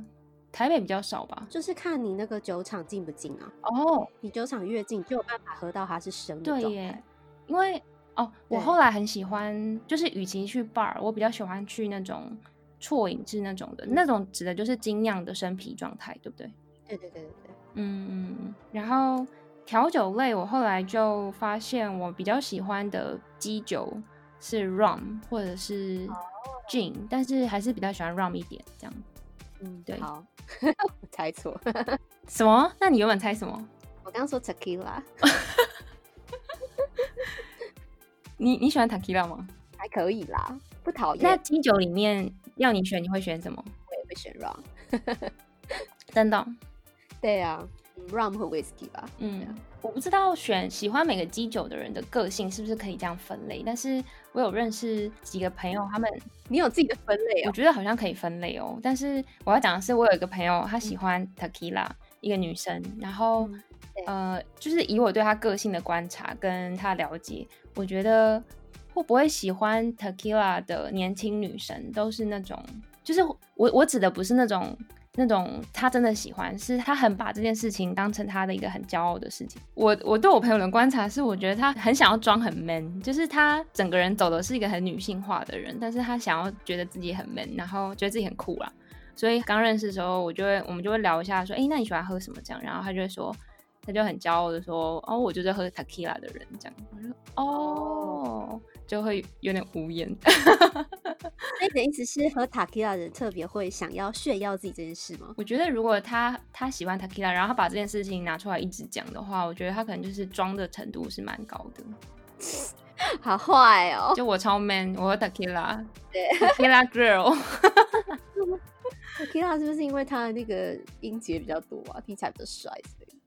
S1: 台北比较少吧？
S2: 就是看你那个酒厂近不近啊。
S1: 哦，
S2: 你酒厂越近，就有办法喝到它是生的
S1: 对
S2: 状
S1: 耶
S2: 态。，
S1: 因为哦，我
S2: 对
S1: 后来很喜欢，就是与其去 bar，我比较喜欢去那种啜饮制那种的，
S2: 嗯
S1: 那种指的就是精酿的生啤状态，对不对？
S2: 对对对对对，
S1: 嗯，然后调酒类，我后来就发现我比较喜欢的基酒是 rum 或者是 gin，、但是还是比较喜欢 rum 一点这样。
S2: 嗯，
S1: 对
S2: 好， 我猜错，
S1: 什么？那你原本猜什么？
S2: 我刚说 tequila
S1: 你你喜欢 tequila 吗？
S2: 还可以啦，不讨厌，
S1: 那基酒里面要你选，你会选什么？
S2: 我也会选 rum。
S1: 真的哦？
S2: 对啊嗯，rum 和 whisky 吧。
S1: 嗯，我不知道选喜欢每个基酒的人的个性是不是可以这样分类，但是我有认识几个朋友，他们
S2: 你有自己的分类
S1: 我
S2: 哦。
S1: 觉得好像可以分类哦。但是我要讲的是，我有一个朋友，她喜欢 tequila，一个女生，然后、
S2: 嗯对
S1: 呃，就是以我对她个性的观察跟她了解，我觉得会不会喜欢 tequila 的年轻女生，都是那种，就是我我指的不是那种。那种她真的喜欢，是她很把这件事情当成她的一个很骄傲的事情。我我对我朋友的观察是，我觉得她很想要装很 man，就是她整个人走的是一个很女性化的人，但是她想要觉得自己很 man，然后觉得自己很酷啊啦。所以刚认识的时候，我就会我们就会聊一下，说，哎、那你喜欢喝什么？这样，然后她就会说，她就很骄傲的说，哦，我就是喝 tequila 的人，这样。我就说，哦，就会有点无言。
S2: 所以你的意思是喝 tequila 的人特别会想要炫耀自己这件事吗？
S1: 我觉得如果他他喜欢 Takila，然后他把这件事情拿出来一直讲的话，我觉得他可能就是装的程度是蛮高的。
S2: 好坏哦。
S1: 就我超 man，我和 Takila，
S2: 对
S1: Takila girl，
S2: tequila 是不是因为它的那个音节比较多啊，听起来比较帅之类的？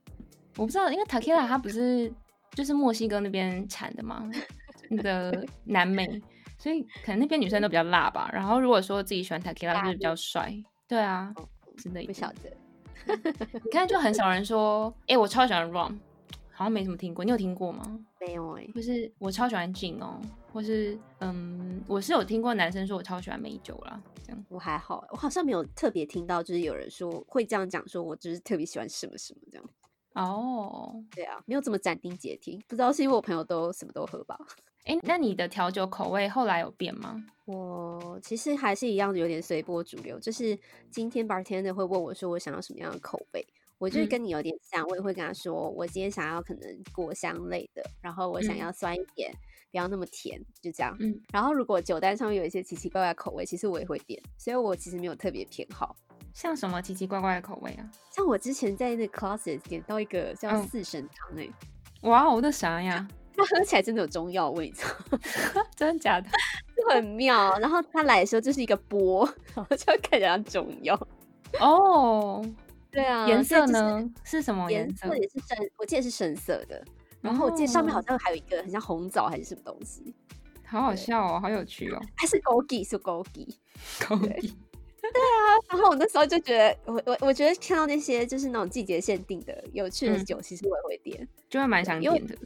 S1: 我不知道，因为 Takila 它不是就是墨西哥那边产的 吗？那个南美，所以可能那边女生都比较辣吧。然后如果说自己喜欢 Takila，就是比较帅，对啊
S2: 哦，
S1: 之类
S2: 不
S1: 的
S2: 晓。得。
S1: 你看，就很少人说，哎、我超喜欢 Rum，好像没什么听过，你有听过吗？
S2: 没有哎、
S1: 或是我超喜欢 gin 哦，或是嗯，我是有听过男生说我超喜欢美酒啦，这样
S2: 我还好，欸我好像没有特别听到，就是有人说会这样讲，说我就是特别喜欢什么什么这样。
S1: 哦。
S2: 对啊，没有这么斩钉截铁，不知道是因为我朋友都什么都喝吧。
S1: 哎、那你的调酒口味后来有变吗？
S2: 我其实还是一样，有点随波逐流。就是今天 bartender 会问我说我想要什么样的口味，我就是
S1: 嗯
S2: 跟你有点像，我也会跟他说我今天想要可能果香类的，然后我想
S1: 嗯
S2: 要酸一点，不要那么甜，就这样。
S1: 嗯
S2: 然后如果酒单上面有一些奇奇怪怪的口味，其实我也会点，所以我其实没有特别偏好。
S1: 像什么奇奇怪怪的口味啊？
S2: 像我之前在那 closet 点到一个叫
S1: 嗯
S2: 四神汤诶、欸，
S1: 哇哦，那啥呀？
S2: 它喝起来真的有中药味，你知道吗？
S1: 真的假的？
S2: 就很妙。然后它来的时候就是一个波，然后就看起来像中药。
S1: 哦，
S2: 对啊，
S1: 颜
S2: 所以
S1: 色
S2: 就是
S1: 呢？是什么
S2: 颜
S1: 颜
S2: 色也是深，我记得是深色的。然后我记得上面
S1: 哦
S2: 好像还有一个很像红枣还是什么东西，哎
S1: 好好笑哦，好有趣哦。
S2: 还是枸杞，是枸杞。
S1: 口
S2: 对
S1: 底
S2: 然后我那时候就觉得，我我我觉得看到那些就是那种季节限定的有趣的
S1: 嗯
S2: 酒，其实我也会点。
S1: 就会蛮想
S2: 因为
S1: 点的。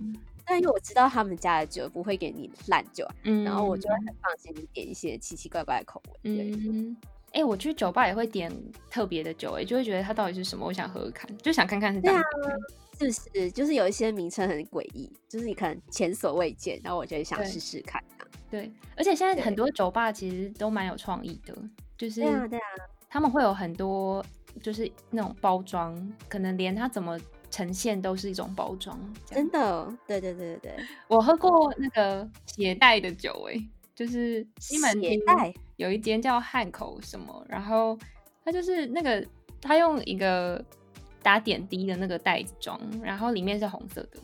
S2: 但因为我知道他们家的酒不会给你烂酒，
S1: 嗯，
S2: 然后我就会很放心地点一些奇奇怪怪的口味。对，
S1: 嗯，哎、我去酒吧也会点特别的酒、哎，就会觉得它到底是什么，我想喝喝看，就想看看是这
S2: 对啊
S1: 样。
S2: 是不是就是有一些名称很诡异，就是你可能前所未见，然后我就会想
S1: 对
S2: 试试看这样。
S1: 对，而且现在很
S2: 对
S1: 多酒吧其实都蛮有创意的，就是
S2: 对啊，对啊，
S1: 他们会有很多就是那种包装，可能连它怎么呈现都是一种包装。这样
S2: 真的，哦对对对对对，
S1: 我喝过那个携带的酒、欸，就是西门
S2: 携
S1: 町
S2: 带
S1: 有一间叫汉口什么，然后它就是那个他用一个打点滴的那个袋子装，然后里面是红色的，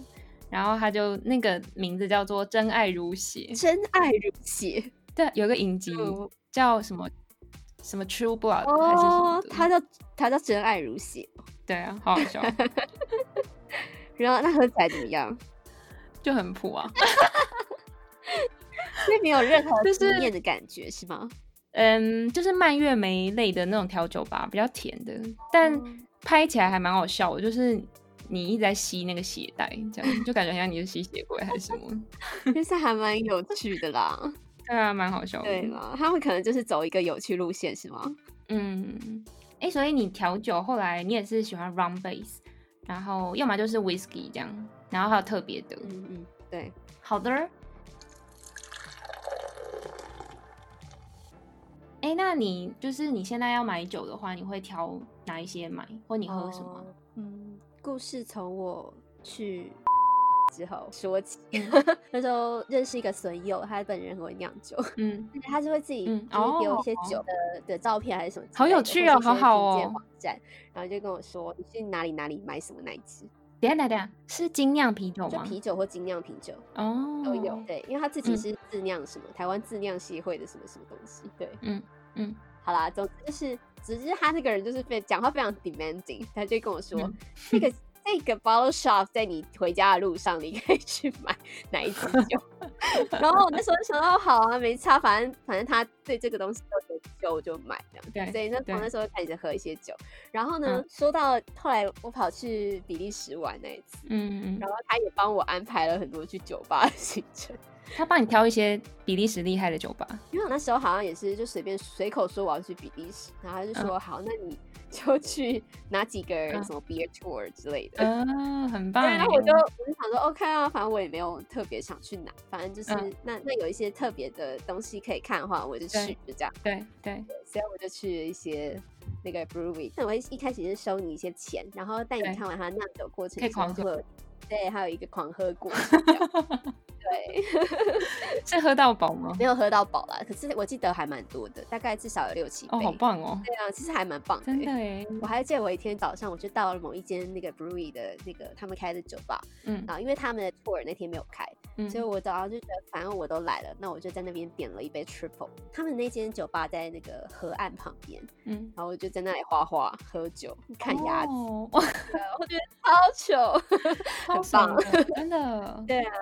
S1: 然后他就那个名字叫做《真爱如血》，
S2: 真爱如血
S1: 对，有个影集
S2: 嗯
S1: 叫什么什么 True Blood、还是什么
S2: 哦，
S1: 的，
S2: 他叫他叫真爱如血。
S1: 对啊，好好笑，
S2: 然后那喝起来怎么样？
S1: 就很普啊。
S2: 那没有任何
S1: 就
S2: 惊
S1: 是
S2: 艳的感觉是吗？
S1: 嗯，就是蔓越莓类的那种调酒吧，比较甜的，但
S2: 嗯
S1: 拍起来还蛮好笑的，就是你一直在吸那个血袋，这样就感觉很像你是吸血鬼还是什么。
S2: 就是还蛮有趣 的啦。
S1: 对啊，蛮好笑的。
S2: 对啦，他们可能就是走一个有趣路线是吗？
S1: 嗯，哎、所以你调酒后来你也是喜欢 rum base，然后要么就是 whisky 这样，然后还有特别的。
S2: 嗯嗯，对。
S1: 好的。哎、那你就是你现在要买酒的话，你会挑哪一些买，或你喝什么啊？
S2: 哦？嗯，故事从我去 之后说起。 那时候认识一个损友，他本人很会酿酒，
S1: 嗯，
S2: 他是会自己
S1: 嗯
S2: 就是给我一些
S1: 哦
S2: 酒的、的照片还是什么之类的，
S1: 好有趣哦
S2: 或是一些
S1: 好好
S2: 评鉴
S1: 哦
S2: 网站，然后就跟我说你去哪里哪里买什么那一支，
S1: 等一下等一下，是精酿啤酒
S2: 就
S1: 吗？
S2: 啤酒或精酿啤酒
S1: 哦，
S2: 都有。对，因为他自己
S1: 嗯
S2: 是自酿什么、台湾自酿协会的什么什么东西，对。
S1: 嗯嗯，
S2: 好啦，总之就是，只是他那个人就是非讲话非常 demanding，他就跟我说，
S1: 嗯
S2: 这个这个 bottle shop 在你回家的路上，你可以去买哪一支酒。 然后我那时候就想到，好啊，没差，反正反正他对这个东西都有酒，我就买这样。
S1: 对
S2: 所以那
S1: 哎对
S2: 从那时候开始喝一些酒。然后呢，
S1: 嗯
S2: 说到后来我跑去比利时玩那一次，
S1: 嗯嗯，
S2: 然后他也帮我安排了很多去酒吧的行程。
S1: 他帮你挑一些比利时厉害的酒吧。
S2: 因为我那时候好像也是就随便随口说我要去比利时，然后他就说、好，那你 就去哪几个人
S1: 嗯
S2: 什么 beer tour 之类的。
S1: 嗯、很棒
S2: 对，
S1: 欸。
S2: 然后我就我就想说 OK 啊，反正我也没有特别想去哪，反正就是、
S1: 嗯
S2: 那那有一些特别的东西可以看的话，我就去
S1: 对
S2: 就这样。
S1: 对对，
S2: 所以我就去了一些那个 brewery，那我一一开始是收你一些钱，然后带你
S1: 对
S2: 看完他酿酒过程
S1: 可以
S2: 之后
S1: 狂喝
S2: 喝，对，还有一个狂喝过程这样，对。
S1: 是喝到饱吗？
S2: 没有喝到饱啦，可是我记得还蛮多的，大概至少有六七杯。
S1: 哦，好棒哦，
S2: 对啊，其实还蛮棒的。
S1: 真的。哎，
S2: 我还记得我一天早上，我就到了某一间那个 brewery 的那个他们开的酒吧，
S1: 嗯
S2: 然后因为他们的 tour 那天没有开，
S1: 嗯，
S2: 所以我早上就觉得反正我都来了，那我就在那边点了一杯 triple。他们那间酒吧在那个河岸旁边，
S1: 嗯，
S2: 然后我就在那里画画、喝酒、看鸭子，
S1: 哦，
S2: 我觉得超糗。
S1: 超
S2: 很
S1: 爽
S2: 棒
S1: 的，真的。
S2: 对啊，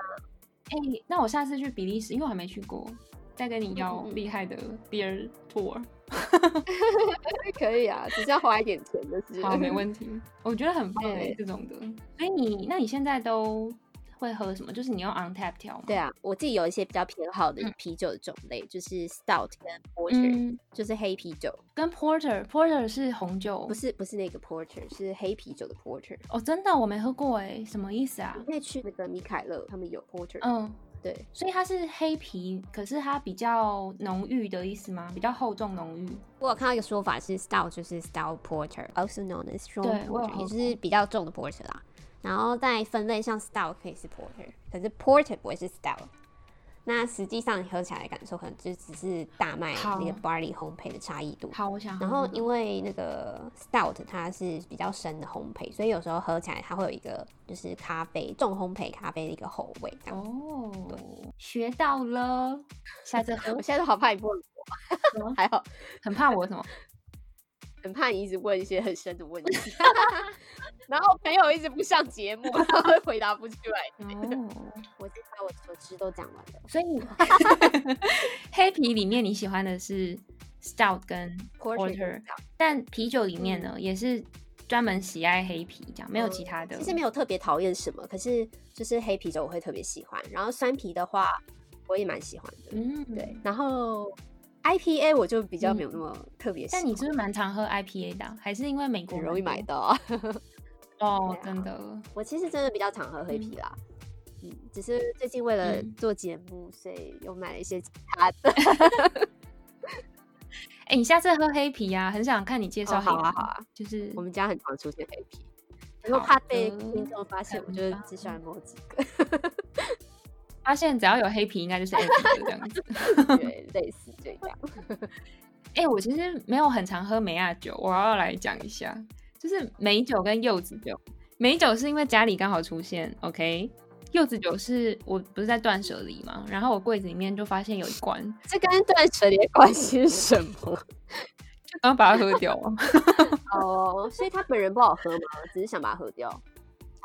S1: 哎、那我下次去比利时，因为我还没去过，再跟你要
S2: 嗯嗯
S1: 厉害的 beer tour。
S2: 可以啊，只是要花一点钱就是。
S1: 好，没问题。我觉得很棒哎、
S2: 对
S1: 这种的。所以你，那你现在都会喝什么？就是你用 on tap 调吗？
S2: 对，啊，我自己有一些比较偏好的
S1: 嗯
S2: 啤酒的种类，就是 stout 跟 porter，、
S1: 嗯，
S2: 就是黑啤酒，
S1: 跟 porter porter 是红酒，
S2: 不是不是那个 porter，是黑啤酒的 porter。
S1: 哦，真的我没喝过哎、什么意思啊
S2: 你？可以去那个米凯勒，他们有 porter，、
S1: 嗯，
S2: 对，
S1: 所以它是黑啤，可是它比较浓郁的意思吗？比较厚重浓郁。
S2: 我有看到一个说法是 stout 就是 stout porter，also known as strong
S1: 对我有
S2: porter，
S1: 喝
S2: 也就是比较重的 porter 啦。然后在分类上，stout 可以是 porter，可是 porter 不会是 stout。那实际上你喝起来的感受可能就只是大麦
S1: 好
S2: 那个 barley 烘焙的差异度。
S1: 好，我想喝
S2: 然
S1: 这个。
S2: 后因为那个 stout 它是比较深的烘焙，所以有时候喝起来它会有一个就是咖啡重烘焙咖啡的一个后味。这样，
S1: 哦，学到了，下次喝
S2: 哦我。现在都好怕你 问
S1: 什么
S2: 我，还好
S1: 很怕我什 么？
S2: 很怕你一直问一些很深的问题， 然后我朋友一直不上节目，他会回答不出来。
S1: 哦，
S2: 我已经把我所知都讲完了
S1: 所以 黑啤里面你喜欢的是 stout 跟
S2: Porter 跟
S1: porter，但啤酒里面呢、也是专门喜爱黑啤，这样没有
S2: 嗯
S1: 其他的。
S2: 其实没有特别讨厌什么，可是就是黑啤酒我会特别喜欢，然后酸啤的话我也蛮喜欢的。
S1: 嗯，
S2: 对，。然后 IPA 我就比较没有那么特别喜欢。
S1: 但你是不是蛮常喝 IPA 的啊、还是因为美国
S2: 很容易
S1: 蛮
S2: 买
S1: 多
S2: 到啊。
S1: 哦？
S2: 对啊
S1: 真的，
S2: 我其实真的比较常喝黑啤啦，嗯，只是最近为了
S1: 嗯
S2: 做节目，所以又买了一些其他的。
S1: 哎、你下次喝黑啤啊，很想看你介绍
S2: 哦
S1: 黑
S2: 好
S1: 啤、
S2: 啊好啊，
S1: 就是
S2: 我们家很常出现黑啤，
S1: 好
S2: 然后怕被
S1: 的
S2: 听众发现，我就
S1: 很
S2: 只喜欢某几个，
S1: 发现只要有黑啤，应该就是 A 啤的这样子。
S2: 对，类似这样。
S1: 哎、我其实没有很常喝梅亚酒，我要来讲一下，就是美酒跟柚子酒。美酒是因为家里刚好出现，OK，柚子酒是我不是在断舍离嘛，然后我柜子里面就发现有一罐，
S2: 这跟断舍离的关系是什么？
S1: 然后把它喝掉啊，
S2: 哦，所以它本人不好喝吗？只是想把它喝掉。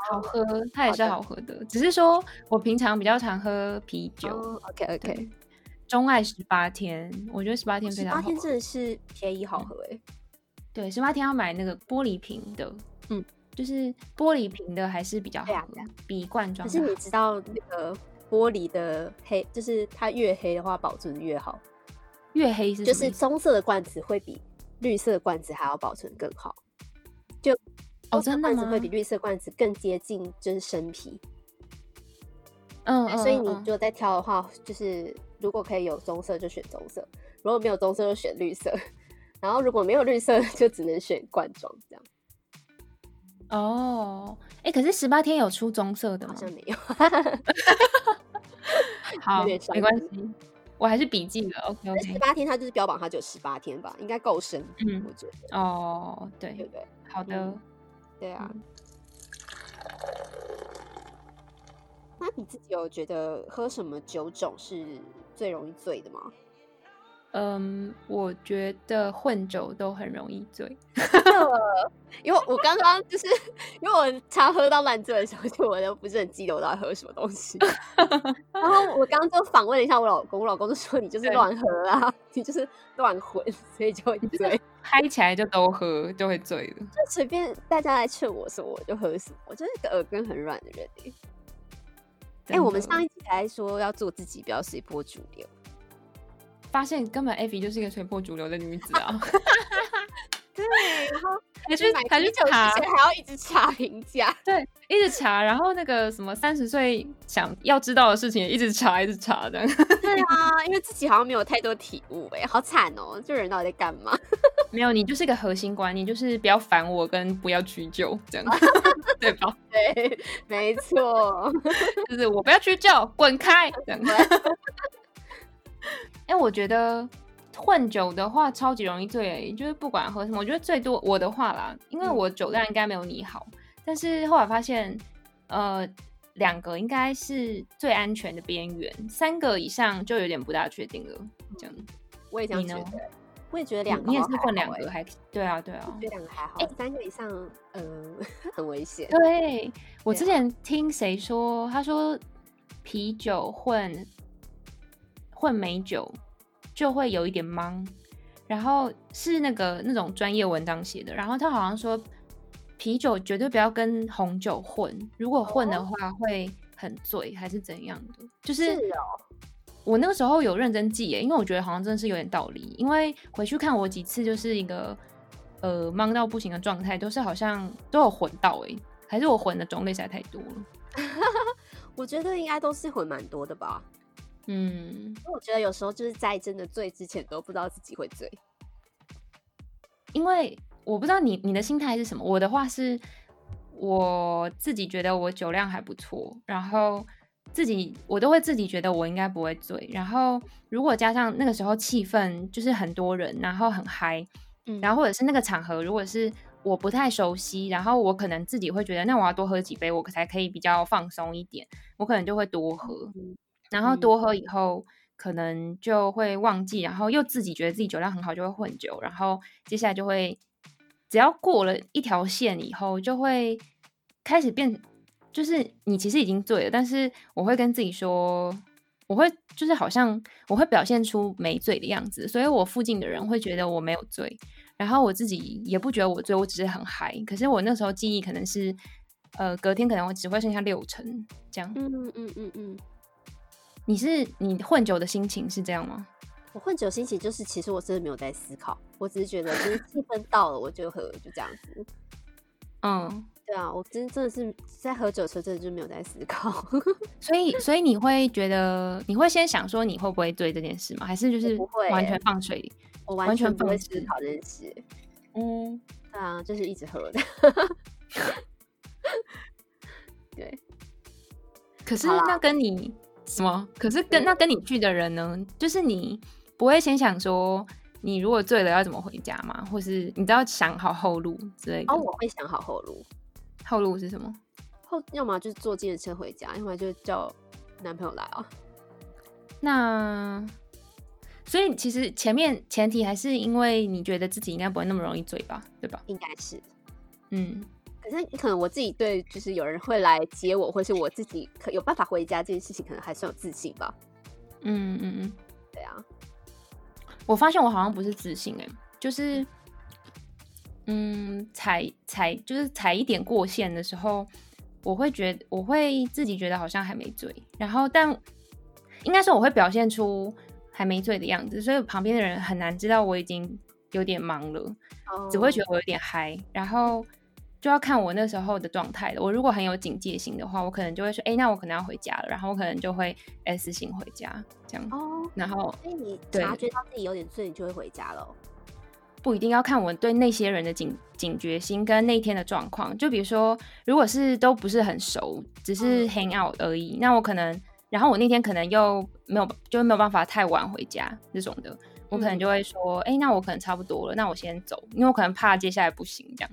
S1: 好喝，它也是
S2: 哦好的
S1: 好喝的，只是说我平常比较常喝啤酒，
S2: 哦，OK OK，
S1: 钟爱十八天，我觉得十八天非
S2: 哦十
S1: 常
S2: 八
S1: 好
S2: 天
S1: 喝，
S2: 真的是便宜好喝哎、
S1: 对，十八天要买那个玻璃瓶的，
S2: 嗯，
S1: 就是玻璃瓶的还是比较
S2: 对
S1: 好
S2: 啊
S1: 喝，
S2: 对啊
S1: 比罐装
S2: 可
S1: 的
S2: 是
S1: 好
S2: 你知道那个玻璃的黑，就是它越黑的话保存越好，
S1: 越黑是
S2: 就
S1: 什么
S2: 是
S1: 意思
S2: 棕色的罐子会比绿色的罐子还要保存更好。就
S1: 哦
S2: 棕色
S1: 真的
S2: 罐子
S1: 吗
S2: 会比绿色罐子更接近就是生啤，
S1: 嗯，嗯
S2: 所以
S1: 嗯
S2: 你
S1: 嗯
S2: 如果在挑的话，就是如果可以有棕色就选棕色，如果没有棕色就选绿色，然后如果没有绿色就只能选罐装这样，
S1: 哦，哎、可是十八天有出棕色的
S2: 好
S1: 吗？
S2: 像没有。
S1: 好，
S2: 有
S1: 没
S2: 点伤
S1: 关
S2: 心
S1: 系，我还是笔记了。OK
S2: 那十
S1: OK，
S2: 八天它就是标榜它只有十八天吧，应该够深，
S1: 嗯
S2: 我觉得，
S1: 哦，
S2: 对
S1: 对，
S2: 不对？
S1: 好的。
S2: 嗯对啊。那你自己有觉得喝什么酒种是最容易醉的吗？
S1: 嗯，我觉得混酒都很容易醉。
S2: 因为我刚刚就是因为我常喝到烂醉的时候，就我都不是很记得我到底喝什么东 西。然后我刚刚就访问了一下我老公，我老公就说你就是
S1: 对
S2: 乱喝啊，你就是乱混，所以就会醉。
S1: 嗨起来就都喝，就会醉的。
S2: 就随便大家来劝我什么我就喝什么，我就是个耳根很软的人欸哎、
S1: 真
S2: 我们
S1: 的
S2: 上一集才说要做自己，不要随波逐流。
S1: 发现根本 Abby 就是一个随波逐流的女子啊，
S2: 对，然后
S1: 还去
S2: 买
S1: 还
S2: 啤
S1: 去
S2: 酒之
S1: 查，
S2: 前还要一直查评价，
S1: 对，一直查，然后那个什么三十岁想要知道的事情也一直查，一直查这样。
S2: 对啊，因为自己好像没有太多体悟、哎，好惨哦、这人到底在干嘛？
S1: 没有，你就是一个核心观念，就是不要烦我，跟不要屈就这样， 对吧？
S2: 对， 没错，
S1: 就是我不要屈就，滚开这样。 哎、我觉得混酒的话超级容易醉，欸就是不管喝什么，我觉得最多我的话啦，因为
S2: 嗯
S1: 我酒量应该没有你好，但是后来发现，呃，两个应该是最安全的边缘，三个以上就有点不大确定了。这样，
S2: 我也这样
S1: 你
S2: 觉
S1: 呢
S2: 得，我也觉得两个
S1: 你也
S2: 好
S1: 是
S2: 像还
S1: 混两
S2: 好
S1: 个
S2: 哎
S1: 还对啊对啊
S2: 我觉得两个还好，
S1: 哎
S2: 三个以上，嗯、 很危险。
S1: 对，我
S2: 对
S1: 之前听谁说，他说啤酒混混美酒就会有一点懵，然后是那个那种专业文章写的，然后他好像说啤酒绝对不要跟红酒混，如果混的话会很醉还是怎样的，就是。
S2: 是哦
S1: 我那个时候有认真记耶，因为我觉得好像真的是有点道理。因为回去看我几次，就是一个呃忙到不行的状态，都是好像都有混到哎，还是我混的种类实在太多了。
S2: 我觉得应该都是混蛮多的吧。
S1: 嗯，
S2: 因为我觉得有时候就是在真的醉之前都不知道自己会醉。
S1: 因为我不知道你你的心态是什么，我的话是我自己觉得我酒量还不错，然后自己我都会自己觉得我应该不会醉，然后如果加上那个时候气氛就是很多人，然后很嗨，
S2: 嗯
S1: 然后或者是那个场合如果是我不太熟悉，然后我可能自己会觉得那我要多喝几杯，我才可以比较放松一点，我可能就会多喝，
S2: 嗯
S1: 然后
S2: 嗯
S1: 多喝以后。可能就会忘记，然后又自己觉得自己酒量很好，就会混酒，然后接下来就会，只要过了一条线以后，就会开始变，就是你其实已经醉了，但是我会跟自己说，我会就是好像我会表现出没醉的样子，所以我附近的人会觉得我没有醉，然后我自己也不觉得我醉，我只是很嗨，可是我那时候记忆可能是，呃，隔天可能我只会剩下六成这样。
S2: 嗯嗯嗯嗯，
S1: 你是你混酒的心情是这样吗？
S2: 我混酒心情就是，其实我真的没有在思考，我只是觉得就是气氛到了我就喝，就这样子。
S1: 嗯，
S2: 对啊，我真真的是在喝酒的时候，真的就没有在思考，
S1: 所以所以你会觉得你会先想说你会不会醉这件事吗？还是就是
S2: 我不会欸
S1: 完
S2: 耶
S1: 全放水？
S2: 我
S1: 完
S2: 完
S1: 全
S2: 全不会
S1: 放
S2: 思
S1: 肆
S2: 考这件事。
S1: 嗯，
S2: 对啊，就是一直喝的。对，
S1: 可是
S2: 好啦
S1: 那跟你什么？可是跟那跟你去的人呢？就是你不会先想说你如果醉了要怎么回家吗？
S2: 哦
S1: 或是你都要想好后路之类的？
S2: 然后我会想好后路，
S1: 后路是什么？
S2: 后要么就是坐计程车回家，要么就叫男朋友来啊。
S1: 那所以其实前面前提还是因为你觉得自己应该不会那么容易醉吧，对吧？
S2: 应该是，
S1: 嗯，
S2: 可是可能我自己对就是有人会来接我，或是我自己可有办法回家这件事情，可能还算有自信吧。
S1: 嗯嗯嗯，
S2: 对啊，
S1: 我发现我好像不是自信哎、就是嗯踩踩就是踩一点过线的时候，我会觉得我会自己觉得好像还没醉，然后但应该说我会表现出还没醉的样子，所以旁边的人很难知道我已经有点忙了。只会觉
S2: 得
S1: 得我有点嗨，然后就要看我那时候的状态了。我如果很有警戒心的话，我可能就会说，哎、那我可能要回家了，然后我可能就会 S 型回家这样。
S2: 哦，
S1: 然后
S2: 所以你
S1: 对
S2: 察觉到自己有点醉，你就会回家了。
S1: 不一定要看我对那些人的警警觉心跟那天的状况。就比如说，如果是都不是很熟，只是
S2: 嗯
S1: hang out 而已，那我可能，然后我那天可能又没有，就没有办法太晚回家这种的，我可能
S2: 嗯
S1: 就会说，哎、那我可能差不多了，那我先走，因为我可能怕接下来不行这样。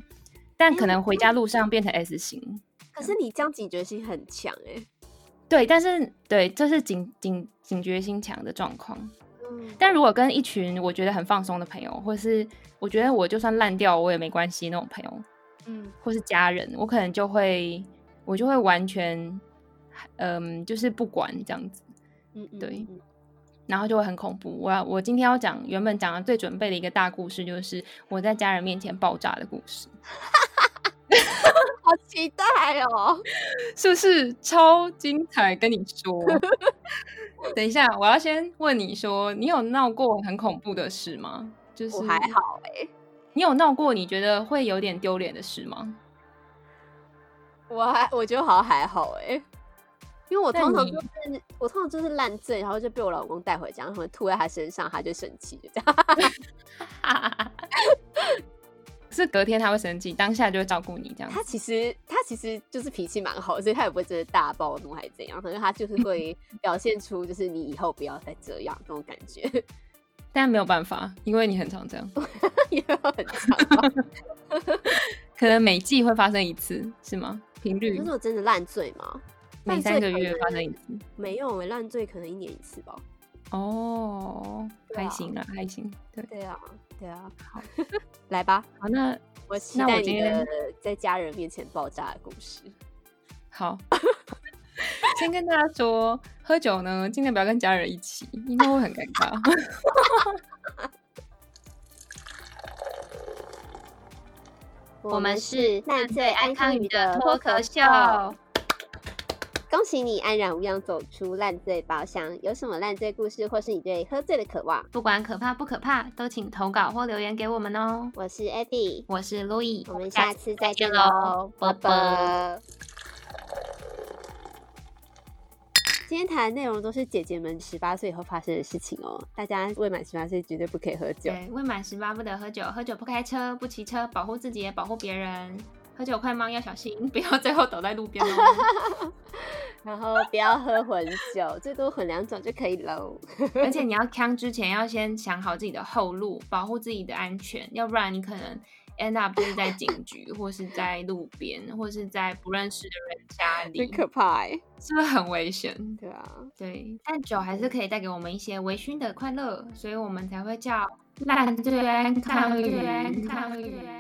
S1: 但
S2: 诶
S1: 可能
S2: 我
S1: 回
S2: 觉
S1: 家
S2: 得
S1: 路上变成 S 型，
S2: 可
S1: 嗯
S2: 是你这样警觉性很强哎、
S1: 对，但是对，这是警警警觉心强的状况。
S2: 嗯，
S1: 但如果跟一群我觉得很放松的朋友，或是我觉得我就算烂掉我也没关系那种朋友，
S2: 嗯，
S1: 或是家人，我可能就会我就会完全，嗯，就是不管这样子，
S2: 嗯嗯
S1: 对
S2: 嗯嗯
S1: 然后就会很恐怖。我要我今天要讲原本讲的最准备的一个大故事，就是我在家人面前爆炸的故事，
S2: 好期待哦！
S1: 是不是超精彩？跟你说。 等一下，我要先问你说，你有闹过很恐怖的事吗？就是
S2: 我还好哎、
S1: 你有闹过你觉得会有点丢脸的事吗？
S2: 我还我觉得好像还好哎、因为我
S1: 但
S2: 通常
S1: 你
S2: 就是我通常就是烂醉，然后就被我老公带回家，然后吐在他身上，他就生气，就这样。
S1: 是隔天他会生气，当下就会照顾你这样。
S2: 他其实他其实就是脾气蛮好的，所以他也不会真的大暴怒还是怎样，可是他就是 会表现出就是你以后不要再这样这种感觉，
S1: 但没有办法，因为你很常这样，
S2: 也很 长吧。
S1: 可能每季会发生一次，是吗？频率
S2: 可是我真的烂醉吗？
S1: 每
S2: 烂醉
S1: 三个
S2: 可
S1: 月
S2: 能
S1: 发生一次。
S2: 没有欸，烂醉可能一年一次吧。
S1: 哦，
S2: 对啊
S1: 还行啊，还行。对，
S2: 对啊，对啊，好， 来吧，
S1: 好，那
S2: 我期
S1: 那我
S2: 待
S1: 今
S2: 你
S1: 天
S2: 的在家人面前爆炸的故事。
S1: 好， 先跟大家说，喝酒呢，尽量不要跟家人一起，因为会很尴 尬。
S2: 我们
S1: 是
S2: 烂醉安康鱼 的脱壳秀恭喜你安然无恙走出烂醉包厢。有什么烂醉故事，或是你对喝醉的渴望？
S1: 不管可怕不可怕，都请投稿或留言给我们哦。
S2: 我是 Abby，
S1: 我是 Louis，
S2: 我们下次再见
S1: 见
S2: 喽
S1: 喽，
S2: 拜
S1: 拜
S2: 拜
S1: 拜。
S2: 今天谈的内容都是姐姐们十八岁以后发生的事情哦，大家未满十八岁绝对不可以喝酒。
S1: 对，未满十八不得喝酒，喝酒不开车，不骑车，保护自己也保护别人。喝酒快忙要小心， 不要最后倒在路边哦。
S2: 然后不要喝混酒，最多混两种就可以喽。
S1: 而且你要呛之前要先想好自己的后路，保护自己的安全，要不然你可能 end up 就是在警局，或是在路边，或是在不认识的人家里
S2: 很，可怕哎、
S1: 是不是很危险？
S2: 对啊，
S1: 对，但酒还是可以带给我们一些微 醺的快乐，所以我们才会叫烂醉安康鱼。